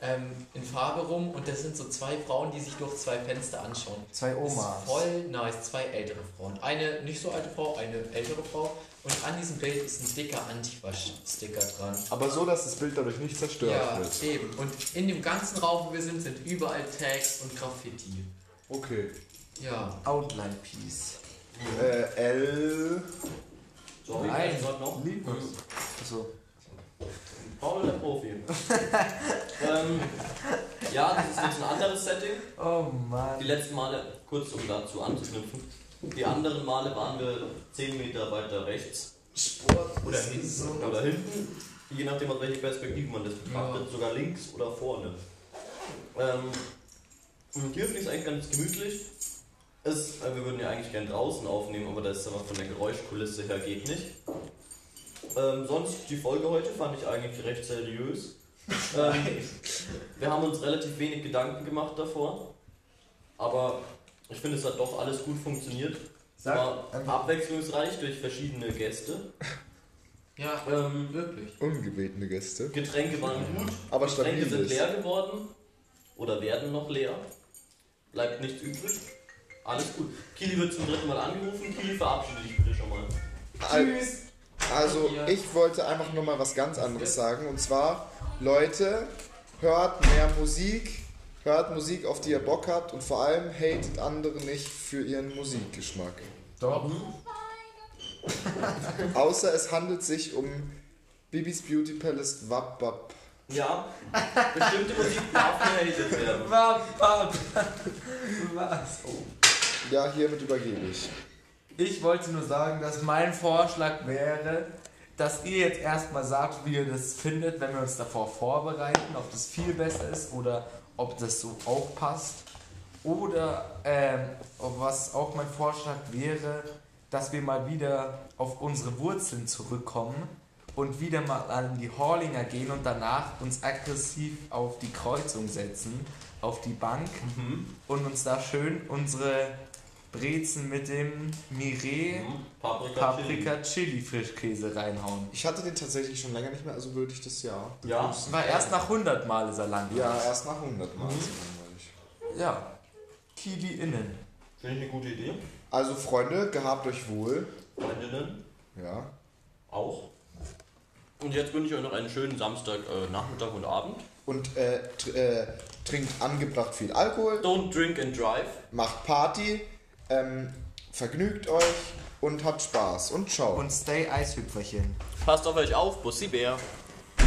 S1: ähm, in Farbe rum und das sind so zwei Frauen, die sich durch zwei Fenster anschauen.
S5: Zwei
S1: Ist voll nice. Zwei ältere Frauen. Eine nicht so alte Frau, eine ältere Frau. Und an diesem Bild ist ein dicker Antifa-Sticker dran.
S2: Aber so, dass das Bild dadurch nicht zerstört
S1: Ja,
S2: wird.
S1: eben. Und in dem ganzen Raum, wo wir sind, sind überall Tags und Graffiti.
S2: Okay.
S1: Ja.
S5: Outline Piece.
S2: Äh, L.
S4: So,
S5: Nein.
S4: nein. Gott noch.
S5: Achso.
S4: Paul der Profi. ähm, ja, das ist jetzt ein anderes Setting.
S5: Oh
S4: Die
S5: Mann.
S4: letzten Male, kurz um dazu anzuknüpfen, die anderen Male waren wir 10 Meter weiter rechts
S1: Sport oder hin.
S4: oder hinten, je nachdem aus welcher Perspektive man das betrachtet, sogar links oder vorne. Ähm, und hier finde ich es eigentlich ganz gemütlich. Es, äh, wir würden ja eigentlich gern draußen aufnehmen, aber das ist aber von der Geräuschkulisse her geht nicht. Ähm, sonst die Folge heute fand ich eigentlich recht seriös. Ähm, wir haben uns relativ wenig Gedanken gemacht davor, aber ich finde es hat doch alles gut funktioniert. War
S5: Sag einfach.
S4: abwechslungsreich durch verschiedene Gäste.
S1: Ja,
S4: Ähm,
S1: wirklich.
S2: Ungebetene Gäste.
S4: Getränke waren gut,
S2: Aber
S4: Getränke
S2: stabil
S4: sind
S2: ist.
S4: leer geworden oder werden noch leer. Bleibt nichts übrig. Alles gut. Kili wird zum dritten Mal angerufen. Kili, verabschiede dich bitte schon mal.
S2: Al- Also,
S1: Ja.
S2: ich wollte einfach nur mal was ganz anderes sagen. Und zwar, Leute, hört mehr Musik. Hört Musik, auf die ihr Bock habt. Und vor allem, hatet andere nicht für ihren Musikgeschmack.
S5: Doch.
S2: Außer es handelt sich um Bibis Beauty Palace Wap Wap.
S4: Ja, bestimmte Musik darf gehatet werden.
S5: Was? Oh.
S2: Ja, hiermit übergebe ich.
S5: Ich wollte nur sagen, dass mein Vorschlag wäre, dass ihr jetzt erstmal sagt, wie ihr das findet, wenn wir uns davor vorbereiten, ob das viel besser ist oder ob das so auch passt. Oder ähm, was auch mein Vorschlag wäre, dass wir mal wieder auf unsere Wurzeln zurückkommen und wieder mal an die Horlinger gehen und danach uns aggressiv auf die Kreuzung setzen, auf die Bank und uns da schön unsere Brezen mit dem Mireille
S4: Mhm. Paprika, Paprika.
S5: Paprika Chili Frischkäse reinhauen.
S2: Ich hatte den tatsächlich schon länger nicht mehr, also würde ich das ja.
S4: Ja.
S2: begrüßen.
S5: War erst nach 100 Mal ist er lang.
S2: Ja, erst nach 100 Mal. ist langweilig.
S5: Ja. Kiwi innen.
S4: Finde ich eine gute Idee.
S2: Also, Freunde, gehabt euch wohl.
S4: Freundinnen
S2: Ja.
S4: auch. Und jetzt wünsche ich euch noch einen schönen Samstag, äh, Nachmittag und Abend.
S2: Und äh, tr äh, trinkt angebracht viel Alkohol,
S4: Don't drink and drive.
S2: macht Party, ähm, vergnügt euch und habt Spaß. Und ciao.
S5: Und Stay Eishüpferchen.
S4: Passt auf euch auf. Bussi Bär.